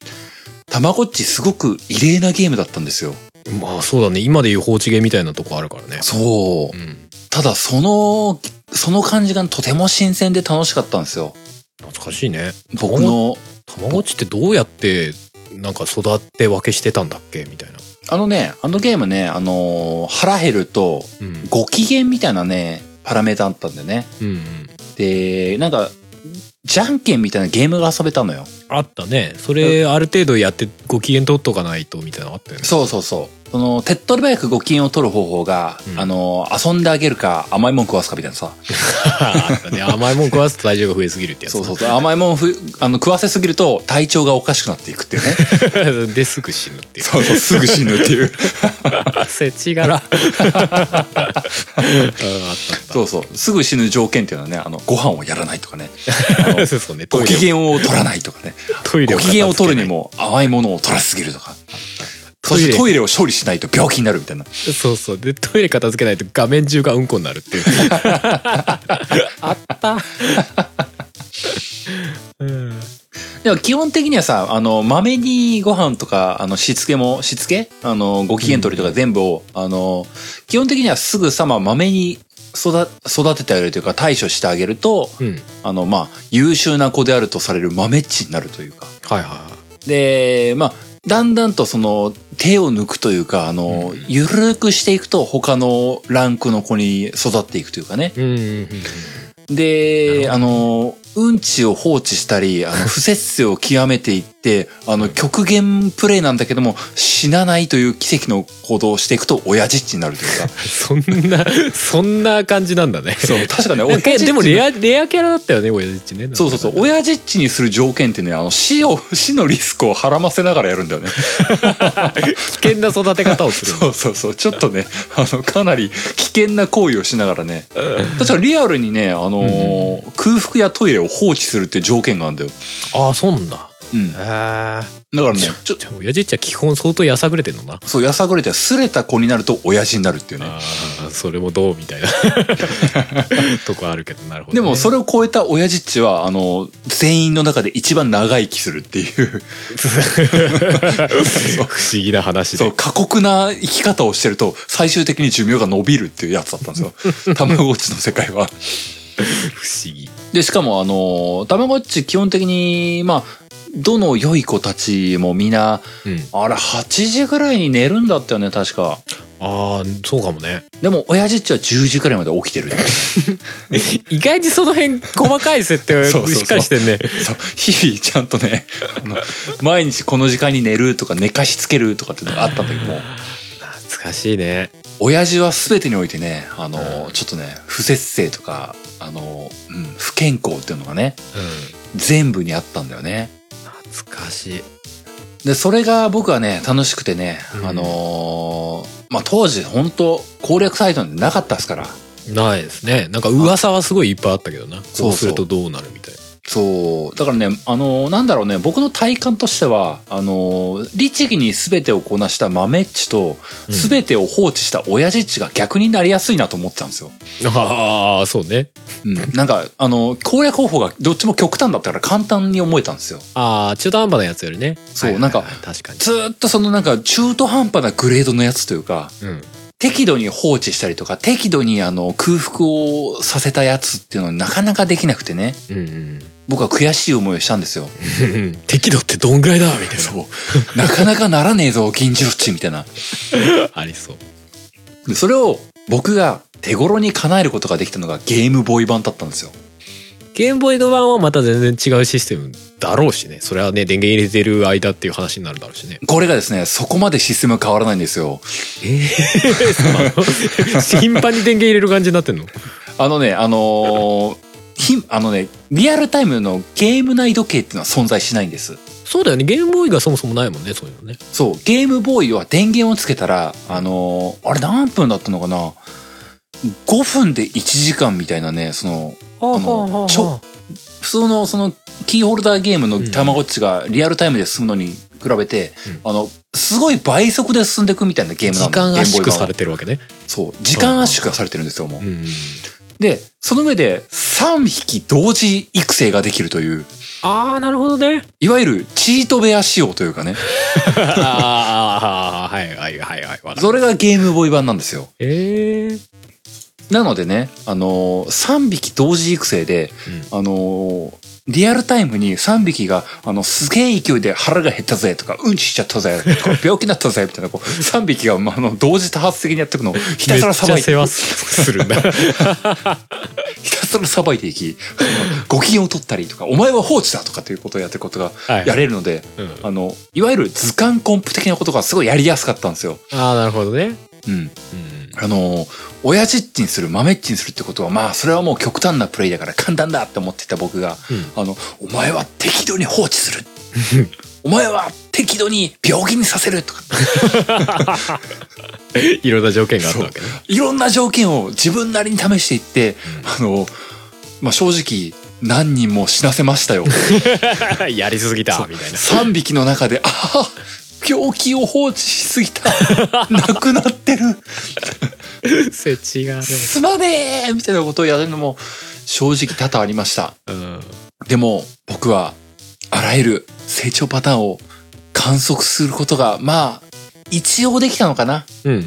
S1: たまごっちすごく異例なゲームだったんですよ。
S2: うんまあそうだね今でいう放置ゲーみたいなとこあるからね
S1: そうう。
S2: ん
S1: ただ、その、その感じがとても新鮮で楽しかったんですよ。
S2: 懐かしいね
S1: 僕の、
S2: たまごっちってどうやってなんか育って分けしてたんだっけみたいな
S1: あのね、あのゲームね、あのー、腹減ると、
S2: うん
S1: ご機嫌みたいなね、パラメーターあったんだよね。
S2: うんうん
S1: で、なんか、じゃんけんみたいなゲームが遊べたのよ。
S2: あったねそれある程度やってご機嫌取っとかないとみたいなのあ ったよね
S1: そうそうそう。その、手っ取り早くご機嫌を取る方法が、
S2: うん
S1: あの、遊んであげるか、甘いもん食わすかみたいなさ。
S2: あったね甘いもん食わすと体重が増えすぎるってやつ
S1: そうそうそう。甘いもんふ、あの、食わせすぎると、体調がおかしくなっていくっていうね。
S2: ですぐ死ぬって いう
S1: そうそう、すぐ死ぬっていう。
S2: せちがらあった
S1: そうそう。すぐ死ぬ条件っていうのはね、あの、ご飯をやらないとかね。あ
S2: あった
S1: の
S2: そうそうね
S1: ご
S2: トイ
S1: 機
S2: レ
S1: 嫌を取らないとかね。
S2: トイレ
S1: ご機嫌を取るに
S2: も
S1: も、甘いものを取らせすぎるとか。そ
S2: トイレ
S1: してトイレを処理しないと病気になるみたいな。
S2: そうそうでトイレ片付けないと画面中がうんこになるっ ていうあったうん
S1: でも基本的にはさ、あの、豆にご飯とか、あの、しつけも、しつけあの、ご機嫌取りとか全部を、あの、基本的にはすぐさま豆に育、育ててあげるというか、対処してあげると、
S2: うん
S1: あの、まあ、優秀な子であるとされる豆っちになるというか。
S2: はいは
S1: で、まあ、だんだんとその、手を抜くというか、あの、
S2: うん
S1: ゆるくしていくと、他のランクの子に育っていくというかね。
S2: いうんうんうん
S1: で、
S2: な
S1: あの、うんちを放置したり、 あの、不節制を極めていって、あの、極限プレイなんだけども、死なないという奇跡の行動をしていくと、親父っちになると いうか。
S2: そんなそんな感じなんだね
S1: そう、確 かね、
S2: なんか
S1: 親父っち
S2: でもレアレアキャラだったよね親父ね
S1: そうそうそう、親父っちにする条件ってね、あの、死を、 死のリスクをはらませながらやるんだよね。
S2: 危険な育て方をする
S1: そうそうそう、ちょっとね、あの、かなり危険な行為をしながらね。確かリアルにね、あのー空腹やトイレを放置するって条件があるんだよ。
S2: ああそうなんだ
S1: うん。だ
S2: へ
S1: からね、
S2: えじゃあ親父っちゃ基本相当やさぐれてんのな
S1: そう、やさぐれて、すれた子になると親父になるっていうね。
S2: あそれもどうみたいな とこあるけどなるほど、
S1: でも、それ
S2: れ
S1: を超えた親父っちは、あの、全員の中で一番長生きするっていう、
S2: 不思議な話
S1: そ
S2: で
S1: う、過酷な生き方をしてると、最終的に寿命が伸びるっていうやつだったんですよ。たまごっちの世界は。
S2: 不思議
S1: で、しかも、あの、たまごっち基本的に、まあ、どの良い子たちも皆、
S2: うん
S1: あれ、8時ぐらいに寝るんだったよね、確か。
S2: ああそうかもね
S1: でも、親父っちは10時ぐらいまで起きてる。
S2: 意外にその辺細かい設定
S1: そうそうそう
S2: しっかりしてんね
S1: そう日々ちゃんとねあの毎日この時間に寝るとか寝かしつけるとかっていうのがあったんだけども
S2: 懐難しいね
S1: 親父は全てにおいてね、あの、ちょっとね、不節制とか、あの、うん、不健康っていうのがね、
S2: う
S1: 全部にあったんだよね。
S2: ん懐かしい
S1: で、それが僕はね、楽しくてね、
S2: うん
S1: あのーまあ、当時本当攻略サイトなんてなかったですから、
S2: ないですねなんか噂はすごいいっぱいあったけどな
S1: そ
S2: そう
S1: そう
S2: うするとどうなるみたいな
S1: そう、だからね、あのーなんだろうね、僕の体感としては、あのー律儀に全てをこなした豆っちと、
S2: うん
S1: 全てを放置した親父っちが逆になりやすいなと思ってたんですよ。
S2: ああそうね
S1: うん、なんか、あのー攻略方法がどっちも極端だったから簡単に思えたんですよ。
S2: ああ中途半端なやつよりね
S1: そう
S2: はいはいはい
S1: な
S2: 確かに
S1: ずーっとそのなんか中途半端なグレードのやつというか、
S2: うん
S1: 適度に放置したりとか、適度にあの空腹をさせたやつっていうのはなかなかできなくてね、
S2: うん
S1: 僕は悔しい思いをしたんですよ。
S2: うん、 適度ってどんぐらいだみたい
S1: そう。なかなかならねえぞ、銀次郎っち、みたいな。
S2: なありそう
S1: でそれを僕が手頃に叶えることができたのがゲームボーイ版だったんですよ。
S2: ゲームボーイド版はまた全然違うシステムだろうしねそれはね電源入れてる間っていう話になるだろうしね
S1: これがですね、そこまでシステムが変わらないんですよ。
S2: え え 頻繁に電源入れる感じになってんの
S1: あのね、あのーひあのね、リアルタイムのゲーム内時計っていうのは存在しないんです。
S2: そうだよねゲームボーイがそもそもないもんねそういうのね
S1: そう、ゲームボーイは電源をつけたら、あのーあれ何分だったのかな ?5 分で1時間みたいなね、その、あ
S2: は
S1: はあはあちょ普通のそのキーホルダーゲームのたまごっちがリアルタイムで進むのに比べて、あの、すごい倍速で進んでいくみたいなゲームな
S2: 時
S1: んだ
S2: 間圧縮さ
S1: れ
S2: れてるわけね
S1: そう、時間圧縮がされてるんですよ、もう
S2: う。ん
S1: で、その上で3匹同時育成ができるという、
S2: ああなるほどね
S1: いわゆるチートベア仕様というかね、
S2: ああはいはいはいはいわかる
S1: それがゲームボーイ版なんですよ。
S2: ええ
S1: なのでね、あのー、3匹同時育成で、あのー、リアルタイムに3匹が、あの、すげえ勢いで腹が減ったぜとか、うんちしちゃったぜとか、病気になったぜみたいな、こう、3匹が、まあ、あの、同時多発的にやっていくのをひたすらさば
S2: め
S1: い
S2: っちゃ
S1: て、
S2: 世話するんだ
S1: ひたすらさばいていき、あのご機嫌を取ったりとか、お前は放置だとかっていうことをやっていくことが
S2: はい
S1: やれるので、
S2: うん
S1: あの、いわゆる図鑑コンプ的なことがすごいやりやすかったんですよ。
S2: ああなるほどね
S1: うん。
S2: うん
S1: あの、親父っちにする、豆っちにするってことは、まあ、それはもう極端なプレイだから簡単だって思ってた僕が、あの、お前は適度に放置する。お前は適度に病気にさせるとか、
S2: いろんな条件があったわけね
S1: いろんな条件を自分なりに試していって、あの、まあ、正直、何人も死なせましたよ。
S2: やりすぎたみたいな
S1: 3匹の中で、ああ、病気を放置しすぎた。亡くなってる。
S2: せちがね
S1: すまねえみたいなことをやるのも、正直多々ありました。
S2: うん
S1: でも僕はあらゆる成長パターンを観測することがまあ一応できたのかな
S2: うん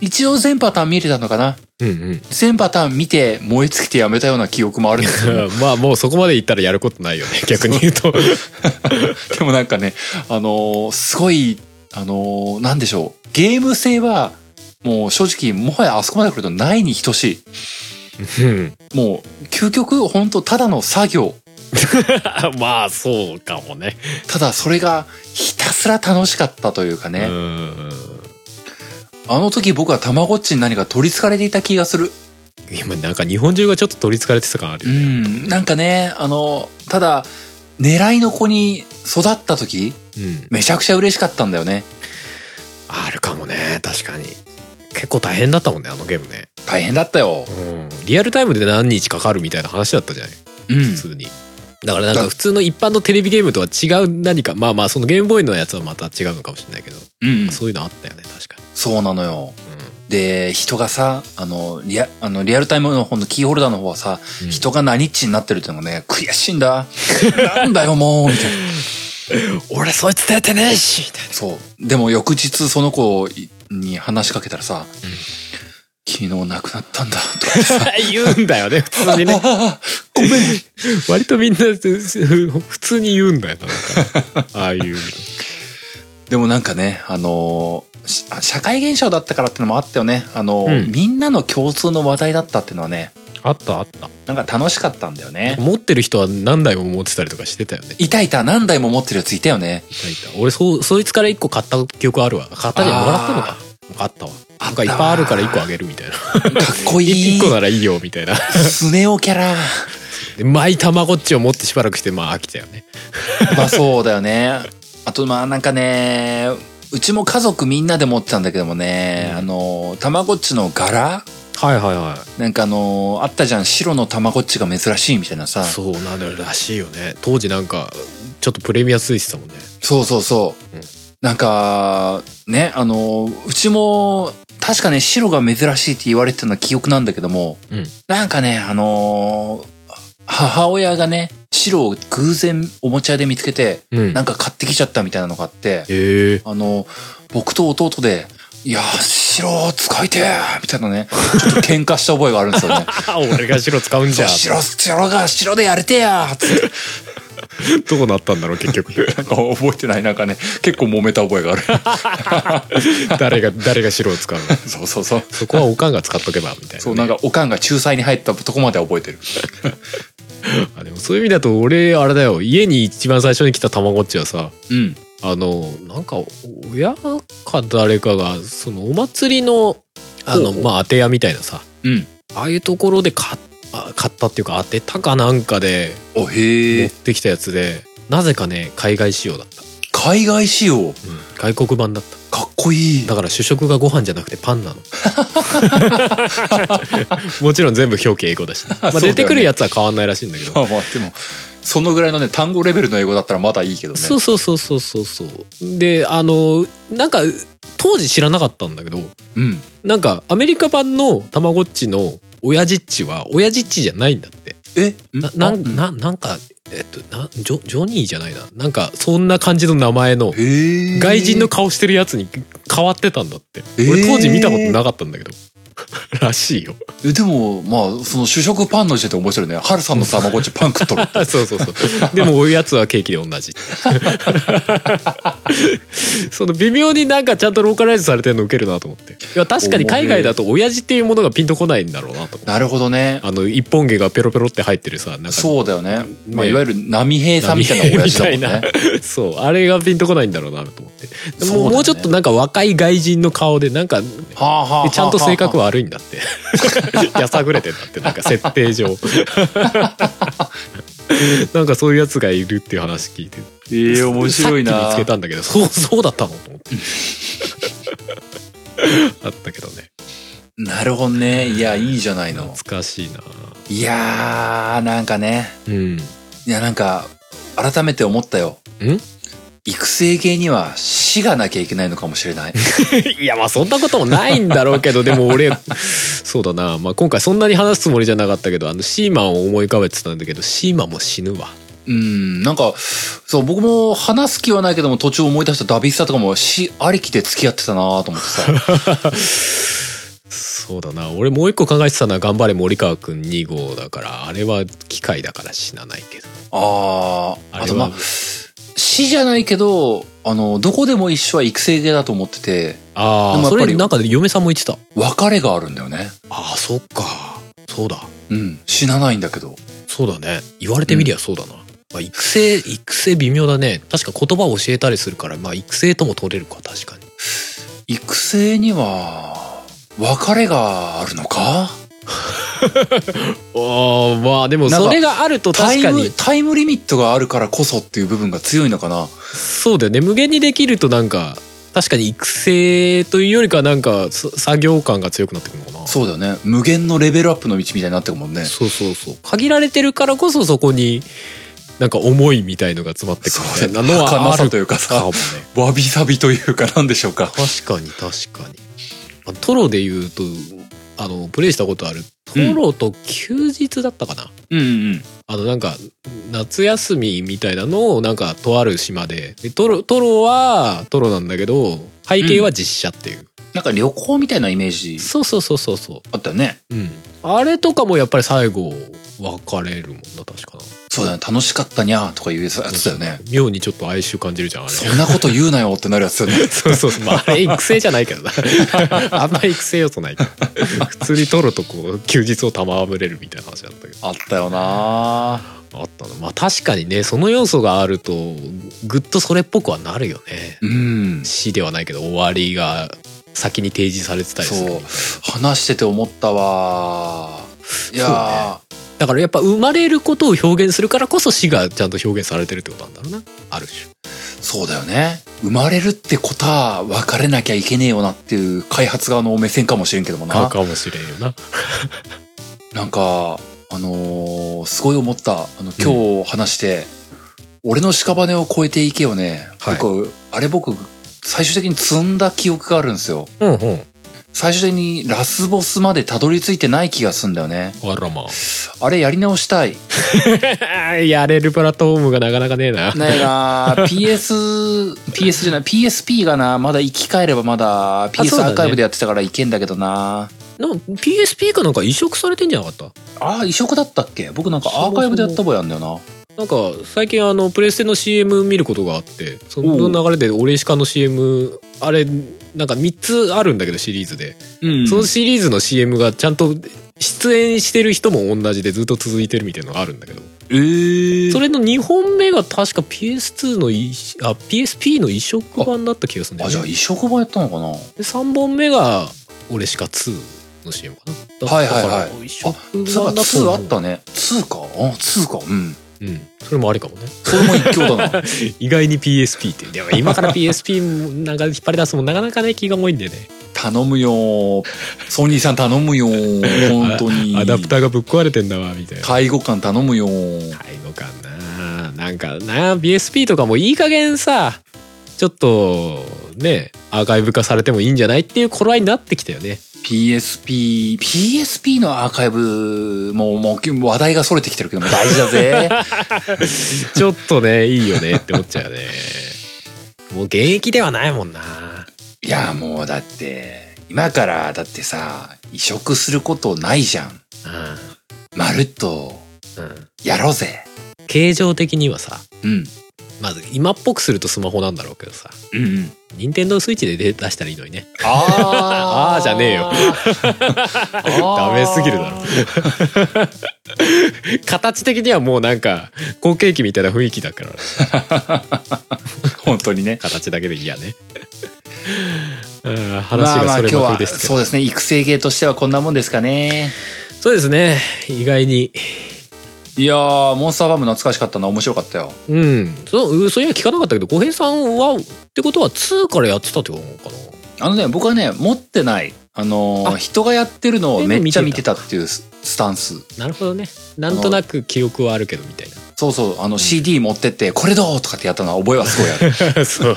S1: 一応全パターン見れたのかな
S2: うんうん
S1: 全パターン見て燃え尽きてやめたような記憶もあるんですけ ど
S2: まあもうそこまで行ったらやることないよ ね逆に言うと
S1: でもなんかねあのーすごいあのーなんでしょうゲーム性はもう正直もはやあそこまで来るとないに等し
S2: うん
S1: いもう究極本当ただの作業
S2: まあそうかもね
S1: ただそれがひたすら楽しかったというかね、
S2: うん
S1: あの時僕はたまごっちに何か取り憑かれていた気がする。
S2: 今なんか日本中がちょっと取りつかれてた感ある
S1: う
S2: よね
S1: ん。なんかね、あの、ただ、狙いの子に育った時、
S2: うん
S1: めちゃくちゃ嬉しかったんだよね。
S2: あるかもね確かに結構大変だったもんねあのゲームね
S1: 大変だったよ。
S2: うんリアルタイムで何日かかるみたいな話だったじゃない
S1: うん。
S2: 普通にだからなんか普通の一般のテレビゲームとは違う何かまあまあそのゲームボーイのやつはまた違うのかもしれないけど、
S1: うん。
S2: そういうのあったよね確かに
S1: そうなのよ。で、人がさ、あの、リア、あの、リアルタイムの方のキーホルダーの方はさ、
S2: うん
S1: 人が何っちになってるっていうのがね、悔しいんだ。なんだよ、もう、みたいな。
S2: 俺そいつ出てねえしみたい
S1: そう。でも翌日その子に話しかけたらさ、
S2: うん
S1: 昨日亡くなったんだ、とか言ってさ
S2: 言うんだよね普通にね
S1: ああ ごめん
S2: 割とみんな普通に言うんだよ なんかああいう
S1: でもなんかね、あのーしあ社会現象だったからってのもあったよね。あのー
S2: うん
S1: みんなの共通の話題だったっていうのはね、
S2: あったあった
S1: なんか楽しかったんだよね。
S2: 持ってる人は何台も持ってたりとかしてたよね
S1: いたいた、何 台も持ってるやついたよね。
S2: いたいた俺そうそいつから一個買った記憶あるわ買ったじゃんもらったのかあったわなんかいっぱいあるから1個あげるみたいな
S1: かっこいい
S2: 1個ならいいよみたいな
S1: スネ夫キャ ラ
S2: でマイたまごっちを持ってしばらくしてまあ飽きたよね
S1: まあそうだよねあとまあなんかねうちも家族みんなで持ってたんだけどもね、
S2: うん
S1: あのたまごっちの柄
S2: はいはいは
S1: なんかあのあったじゃん白のたまごっちが珍しいみたいなさ
S2: い
S1: そ
S2: そうなのらしいよね当時なんかちょっとプレミアついてたもんね
S1: うそうそう、
S2: うん
S1: なんかねあのうちも確かね白が珍しいって言われてたのは記憶なんだけども、
S2: うん
S1: なんかねあの母親がね白を偶然おもちゃ屋で見つけて
S2: うん
S1: なんか買ってきちゃったみたいなのがあって、
S2: へえ
S1: あの、僕と弟で、いやー、白使いてーみたいなね、ちょっと喧嘩した覚えがあるんです よね。
S2: 俺が白使うんじ
S1: そう
S2: ゃ
S1: 白、白が白でやれてやーつって。
S2: どうなったんだろう結局
S1: なんか 覚えてない、なんかね、結構揉めた覚えがある。
S2: 誰が誰が白を使うの
S1: そうそうそう。
S2: そこはおかんが使っとけばみたいな、ね、
S1: そう、なんか、おかんが仲裁に入ったとこまでは覚えてる。
S2: あでもそういう意味だと俺あれだよ家に一番最初に来たたまごっちはさ
S1: うん。
S2: あのなんか親か誰かがそのお祭りのあの
S1: ほうほう
S2: まあ当て屋みたいなさ
S1: うん。
S2: ああいうところで買っあ買ったっていうか当てたかなんかで
S1: お、へ
S2: 持っ
S1: え。
S2: てきたやつで、なぜかね海外仕様だった、
S1: 海外仕様。
S2: 外国版だった
S1: かっこいい。
S2: だから主食がご飯じゃなくてパ ンなのもちろん全部表記英語 だしね、まあ、
S1: そうだよね
S2: 出てくるやつは変わんないらしいんだけど
S1: まあまあ、でも、そのぐらいのね、単語レベルの英語だったらまだいいけどね。
S2: そうそうそうそうそうそうであのなんか当時知らなかったんだけど
S1: うん。
S2: なんかアメリカ版のたまごっちの親父っちは親父っちじゃないんだって
S1: え
S2: なな
S1: あうん
S2: んななんかえっとなジョジョニーじゃないななんかそんな感じの名前の
S1: へえ。
S2: 外人の顔してるやつに変わってたんだって
S1: えー
S2: 俺当時見たことなかったんだけど らしいよ
S1: えでもまあその主食パンの時点で面白いねハルさんのたまごっちパン食っ とる
S2: あそうそう そうでもおやつはケーキで同じその微妙になんかちゃんとローカライズされてるの受けるなと思っていや確かに海外だと親父っていうものがピンとこないんだろうなと思って
S1: なるほどね
S2: あの一本毛がペロペロって入ってるさなんか
S1: そうだよね、まあ、
S2: ね
S1: いわゆる波平さんみたいな親父だもん
S2: 波平み
S1: ね
S2: そうあれがピンとこないんだろうなと思ってで
S1: そ
S2: も
S1: うだね
S2: もうちょっとなんか若い外人の顔でなんか
S1: はあはあはあはあ
S2: ちゃんと性格悪いんだってやさぐれてんだってなんか設定 上なんかそういうやつがいるっていう話聞いて
S1: えー、面白いな
S2: さっき見つけたんだけどそうそうだったのと思って あったけどね
S1: なるほどねいやいいじゃないの
S2: 懐かしいない
S1: やーなんかね
S2: うん
S1: いやなんか改めて思ったよ
S2: ん
S1: 育成系には死がなきゃいけないのかもしれない
S2: いやまあそんなこともないんだろうけどでも俺 そうだな、まあ、今回そんなに話すつもりじゃなかったけどあのシーマンを思い浮かべてたんだけどシーマンも死ぬわ
S1: うんなんかそう僕も話す気はないけども途中思い出したダビスタとかも死ありきで付き合ってたなーと思ってさ
S2: そうだな俺もう一個考えてたのは「頑張れ森川くん2号」だからあれは機械だから死なないけど
S1: ああ、
S2: あ
S1: あ
S2: れ
S1: と
S2: は
S1: まあ、死じゃないけど、あの、どこでも一緒は育成系だと思ってて、で
S2: ああ
S1: もやっ
S2: そ
S1: ぱり
S2: れなんか嫁さんも言ってた
S1: 別れがあるんだよね。
S2: ああそっかそうだ
S1: うん、死なないんだけど。
S2: そうだね言われてみりゃそうだな、まあ、育成育成微妙だね確か言葉を教えたりするからまあ育成とも取れるか確かに
S1: 育成には、別れがあるのか
S2: ああまあでも
S1: なんか
S2: それがあると
S1: タ
S2: 確
S1: イ
S2: か
S1: ム
S2: に、
S1: タイムリミットがあるからこそっていう部分が強いのかな。
S2: そうだよね無限にできるとなんか確かに育成というよりかはなんかそ作業感が強くなってくるのかな
S1: そうだよね。無限のレベルアップの道みたいになってるもんね。
S2: そうそうそう限られてるからこそそこになんか思いみたいのが詰まってくるみたいなの
S1: 儚
S2: はあ
S1: さ
S2: る
S1: というか
S2: か
S1: さ
S2: も、ね
S1: わびさびというかなんでしょうか。
S2: 確かに確かにまあトロで言うとあのプレイしたことあるトロと休日だったかな、
S1: うんうん。
S2: あのなんか夏休みみたいなのをなんかとある島ででトロトロはトロなんだけど背景は実写っていう、
S1: なんか旅行みたいなイメージ
S2: そうそうそうそうそ
S1: あったよね。
S2: ううんあれとかもやっぱり最後別れるもんな確かな
S1: そうだね。楽しかったにゃーとかいうやつだよね。
S2: 妙にちょっと哀愁感じるじゃんあれ
S1: そんなこと言うなよってなるやつよね。
S2: そうそう そうまああれ育成じゃないけど なあんまり育成要素ないけど普通に取るとこう休日を戯れるみたいな話だったけ
S1: あったよな
S2: どあったのまあ確かにねその要素があるとぐっとそれっぽくはなるよね
S1: うん。
S2: 死ではないけど終わりが先に提示されてたりする
S1: そう話してて思ったわいや
S2: だからやっぱ生まれることを表現するからこそ死がちゃんと表現されてるってことなんだろうなある種
S1: そう,、だよね生まれるってことは別れなきゃいけねえよなっていう開発側の目線かもしれんけどもな
S2: かもしれんよな
S1: なんかあのーすごい思ったあの今日話して、俺の屍を越えていけよね、
S2: はい
S1: 僕あれ僕最終的に積んだ記憶があるんですよ
S2: うんうん
S1: 最終的にラスボスまでたどり着いてない気がすんだよね
S2: あらま
S1: あれやり直した い
S2: あ やれるプラットフォームがなかなかねえな
S1: ないな PS、PS じゃない、PSP がな、まだ生き返ればまだ、
S2: そう
S1: PS
S2: だ
S1: ア
S2: ね
S1: ーカイブでやってたからいけんだけどな。
S2: でも PSP かなんか移植されてんじゃなかった
S1: ああ、移植だったっけ僕なんかアーカイブでやった覚えあんだよな。
S2: なんか最近あのプレステの CM 見ることがあってそ
S1: お
S2: の流れでオレシカの CM あれなんか3つあるんだけどシリーズで、
S1: うん
S2: そのシリーズの CM がちゃんと出演してる人も同じでずっと続いてるみたいなのがあるんだけど
S1: えー
S2: それの2本目が確か PS2 のいあ PSP の移植版だった気がするんだ
S1: あ、じゃ
S2: よ
S1: あ
S2: ね
S1: 移植版やったのかな
S2: で3本目が俺しか2の CM かな
S1: はいはいはい
S2: だから移植
S1: あ、そうか、
S2: 版だと
S1: 2あ
S2: 思う
S1: ったね。2か。あ、2か。うん。
S2: うんそれもありかもね
S1: それも一強だな。
S2: 意外に PSP ってでも今から PSP もなんか引っ張り出すもんなかなかね気が重いんでね
S1: 頼むよーソニーさん頼むよー本当 に。
S2: アダプターがぶっ壊れてんだわみたいな
S1: 介護官頼むよー
S2: 介護かななんかな PSP とかもいい加減さちょっとねアーカイブ化されてもいいんじゃないっていう頃合いになってきたよね
S1: PSP、PSP のアーカイブ、もう、もう、話題が逸れてきてるけど、大事だ ぜ。
S2: ちょっとねいいよねって思っちゃうよねもう現役ではないもんない
S1: や、もう、だって、今から、だってさ、移植することないじゃん。
S2: う
S1: まるっと、
S2: んうん
S1: やろうぜ。
S2: 形状的にはさ
S1: うん。
S2: まず今っぽくするとスマホなんだろうけどさ
S1: うんうん。
S2: 任天堂スイッチで出出したらいいのにね
S1: あ
S2: あーじゃねえよ ダメすぎるだろ。 形的にはもうなんか後継機みたいな雰囲気だから
S1: 本当にね。
S2: 形だけで嫌ねうん
S1: ま
S2: 話
S1: あま
S2: が
S1: あ
S2: そ
S1: 今
S2: れ
S1: 日
S2: まくり
S1: は
S2: ですけど、
S1: そうですね育成芸としてはこんなもんですかね
S2: そうですね意外に
S1: いやーモンスターバム懐かしかったな面白かったよ
S2: うんそうそういうの聞かなかったけど小平さんはってことは2からやってたってことなのかな
S1: あのね僕はね持ってないあのー
S2: あ
S1: 人がやってるのをめっちゃ見てたっていうススタンス
S2: なるほどねなんとなく記憶はあるけどみたい
S1: そうそうあの CD 持ってって「これどう?」とかってやったのは覚えはすごいある
S2: な そう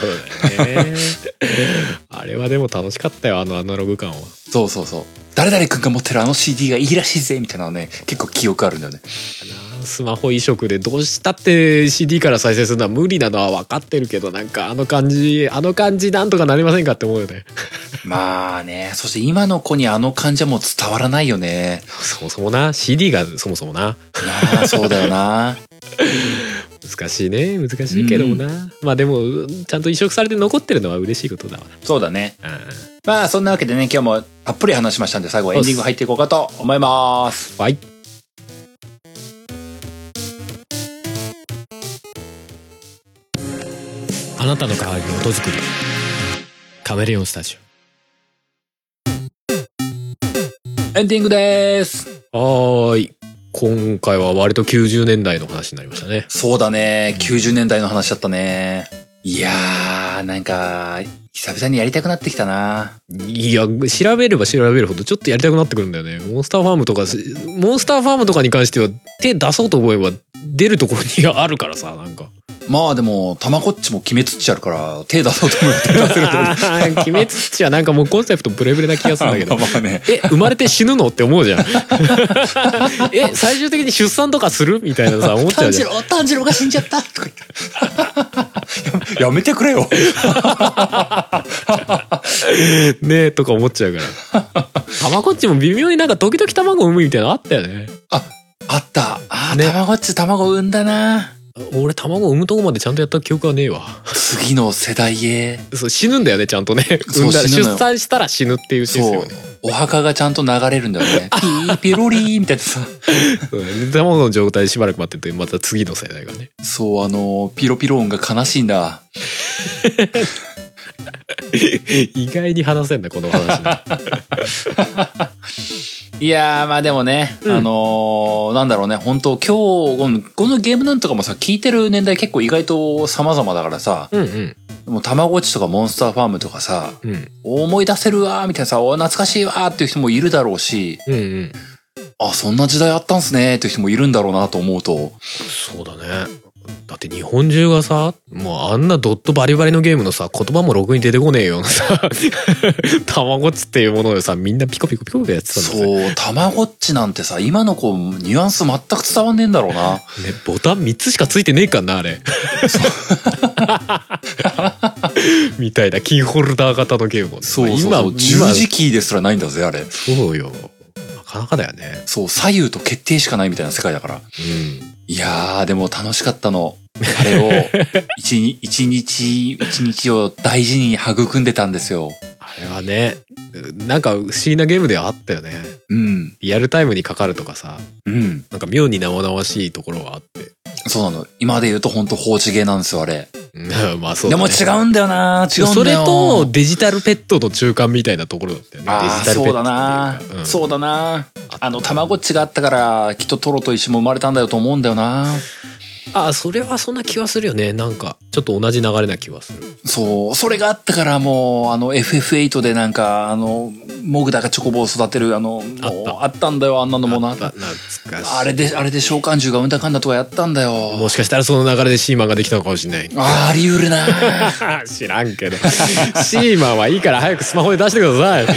S2: だねあれはでも楽しかったよあのアナログ感は
S1: そうそうそう誰々君が持ってるあの CD がいいらしいぜみたいなのね結構記憶あるんだよね
S2: なあスマホ移植でどうしたって CD から再生するのは無理なのは分かってるけどなんかあの感じあの感じなんとかなりませんかって思うよね
S1: まあねそして今の子にあの感じはもう伝わらないよね
S2: そもそもな CD がそもそもな
S1: なあそうだよな
S2: 難しいね難しいけどもな、まあでもうんちゃんと移植されて残ってるのは嬉しいことだわ
S1: そうだね
S2: な、うん、
S1: まあそんなわけでね今日もたっぷり話しましたんで最後はエンディング入っていこうかと思います
S2: はいあなたの代わりに音作りカメレオンスタジオ
S1: エンディングです
S2: はーい。今回は割と90年代の話になりましたね。
S1: そうだね90年代の話だったねいやーなんか久々にやりたくなってきたない
S2: や、調べれば調べるほどちょっとやりたくなってくるんだよね。モンスターファームとか、モンスターファームとかに関しては手出そうと思えば出るところにあるからさ、なん か。
S1: まあでも、たまこっちも決めつっちゃうから、手出そうと思って出せると思う。。
S2: 鬼滅っちはなんかもうコンセプトブレブレな気がするんだけ ど
S1: まあね。
S2: え、生まれて死ぬのって思うじゃん。 え、最終的に出産とかするみたいなさ、思っちゃうじゃん。
S1: 郎、炭治郎が死んじゃったとか言って。やめてくれよ。
S2: ねえとか思っちゃうから。たまこっちも微妙になんか時々卵産むみたいなのあったよね。
S1: あった。あー、
S2: ね
S1: たまごっち卵産んだな。
S2: 俺卵産むとこまでちゃんとやった記憶はねえわ
S1: 次の世代へ。
S2: そう死ぬんだよねちゃんとね
S1: そう
S2: 産んだら
S1: 死ぬのよ
S2: 出産したら死ぬっていうシステ
S1: そ
S2: ム
S1: う
S2: ね。
S1: お墓がちゃんと流れるんだよ ね。ピーピロリーみたいなさ。
S2: そうだね卵の状態でしばらく待っててまた次 の世代がね
S1: そう、あの、ピロピロ音が悲しいんだ。
S2: 意外に話せんだこの話
S1: いやー、まあでもね、
S2: うん
S1: あのーなんだろうね、本当今日、このこのゲームなんとかもさ、聞いてる年代結構意外と様々だからさ、
S2: うんうん
S1: もうたまごっちとかモンスターファームとかさ、
S2: うん
S1: 思い出せるわーみたいなさ、お懐かしいわーっていう人もいるだろうし、
S2: うんうん
S1: あ、そんな時代あったんすねーっていう人もいるんだろうなと思うと、
S2: そうだねだって日本中がさもうあんなドットバリバリのゲームのさ言葉もろくに出てこねえようなさ たまごっちっていうものをさみんなピコピコピコピコやってたんですよ
S1: そう、たまごっちなんてさ、今の子、ニュアンス全く伝わんねえんだろうな。
S2: ね、ボタン3つしかついてねえかんなあれ みたいなキーホルダー型のゲームをね
S1: そうそう
S2: まあ
S1: そう、
S2: 今
S1: 十字キーですらないんだぜ、あれ。
S2: そうよなかなかだよね
S1: そう、左右と決定しかないみたいな世界だから。いやー、でも楽しかったの。あれを、 一日、一日、一日を大事に育んでたんですよ。
S2: うんあれはねなんか不思議なゲームではあったよね
S1: うん、
S2: リアルタイムにかかるとかさ
S1: うん。
S2: なんか妙に生々しいところはあって
S1: そうなの。今まで言うとほんと放置芸なんですよ、あれ。
S2: うんまあそう
S1: で
S2: だね、
S1: も違うんだよな違うん
S2: そ
S1: だ
S2: れ
S1: よ
S2: と、デジタルペットの中間みたいなところだったよねデ
S1: あ
S2: ジ
S1: あ、
S2: タル
S1: そ
S2: ペ
S1: うだ
S2: ッ
S1: な
S2: トっていうか、ん
S1: そうだな
S2: あ
S1: あの、たまごっちがあったから、きっとトロと石も生まれたんだよと思うんだよな
S2: あそれはそんな気はするよねなんかちょっと同じ流れな気はする
S1: そう、それがあったからもう、あの、FF8 でなんか、あの、モグダがチョコボを育てる、あの、
S2: あった
S1: もうあったんだよ、あんなのもな。
S2: あ懐かしい
S1: あれで、あれで召喚獣がうんだかんだとかやったんだよ
S2: も。しかしたらその流れでシーマンができたのかもし れない
S1: あーあり得るな
S2: 知らん けどシーマンはいいから早くスマホで出してください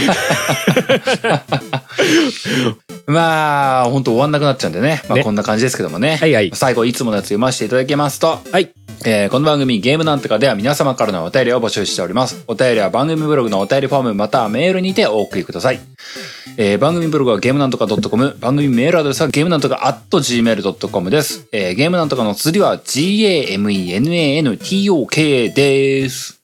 S1: まあ、本当終わんなくなっちゃうんでね。まあ、
S2: ね
S1: こんな感じですけどもね。
S2: はいはい
S1: 最後、いつものやつ読ませていただきますと、
S2: はい
S1: えーこの番組ゲームなんとかでは皆様からのお便りを募集しております。お便りは番組ブログのお便りフォームまたはメールにてお送りください。えー番組ブログはゲームなんとか .com、番組メールアドレスはゲームなんとか .gmail.com です。えーゲームなんとかの綴りは g-a-m-e-n-a-n-t-o-k です。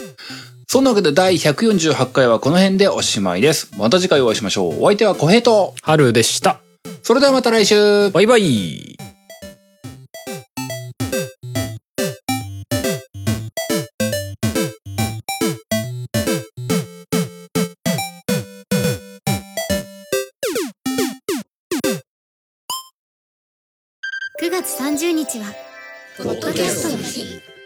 S1: そんなわけで第148回はこの辺でおしまいです。また次回お会いしましょう。お相手は小平と、
S2: 春でした
S1: それではまた来週
S2: バイバイ
S3: 9月30日はポッドキャストの日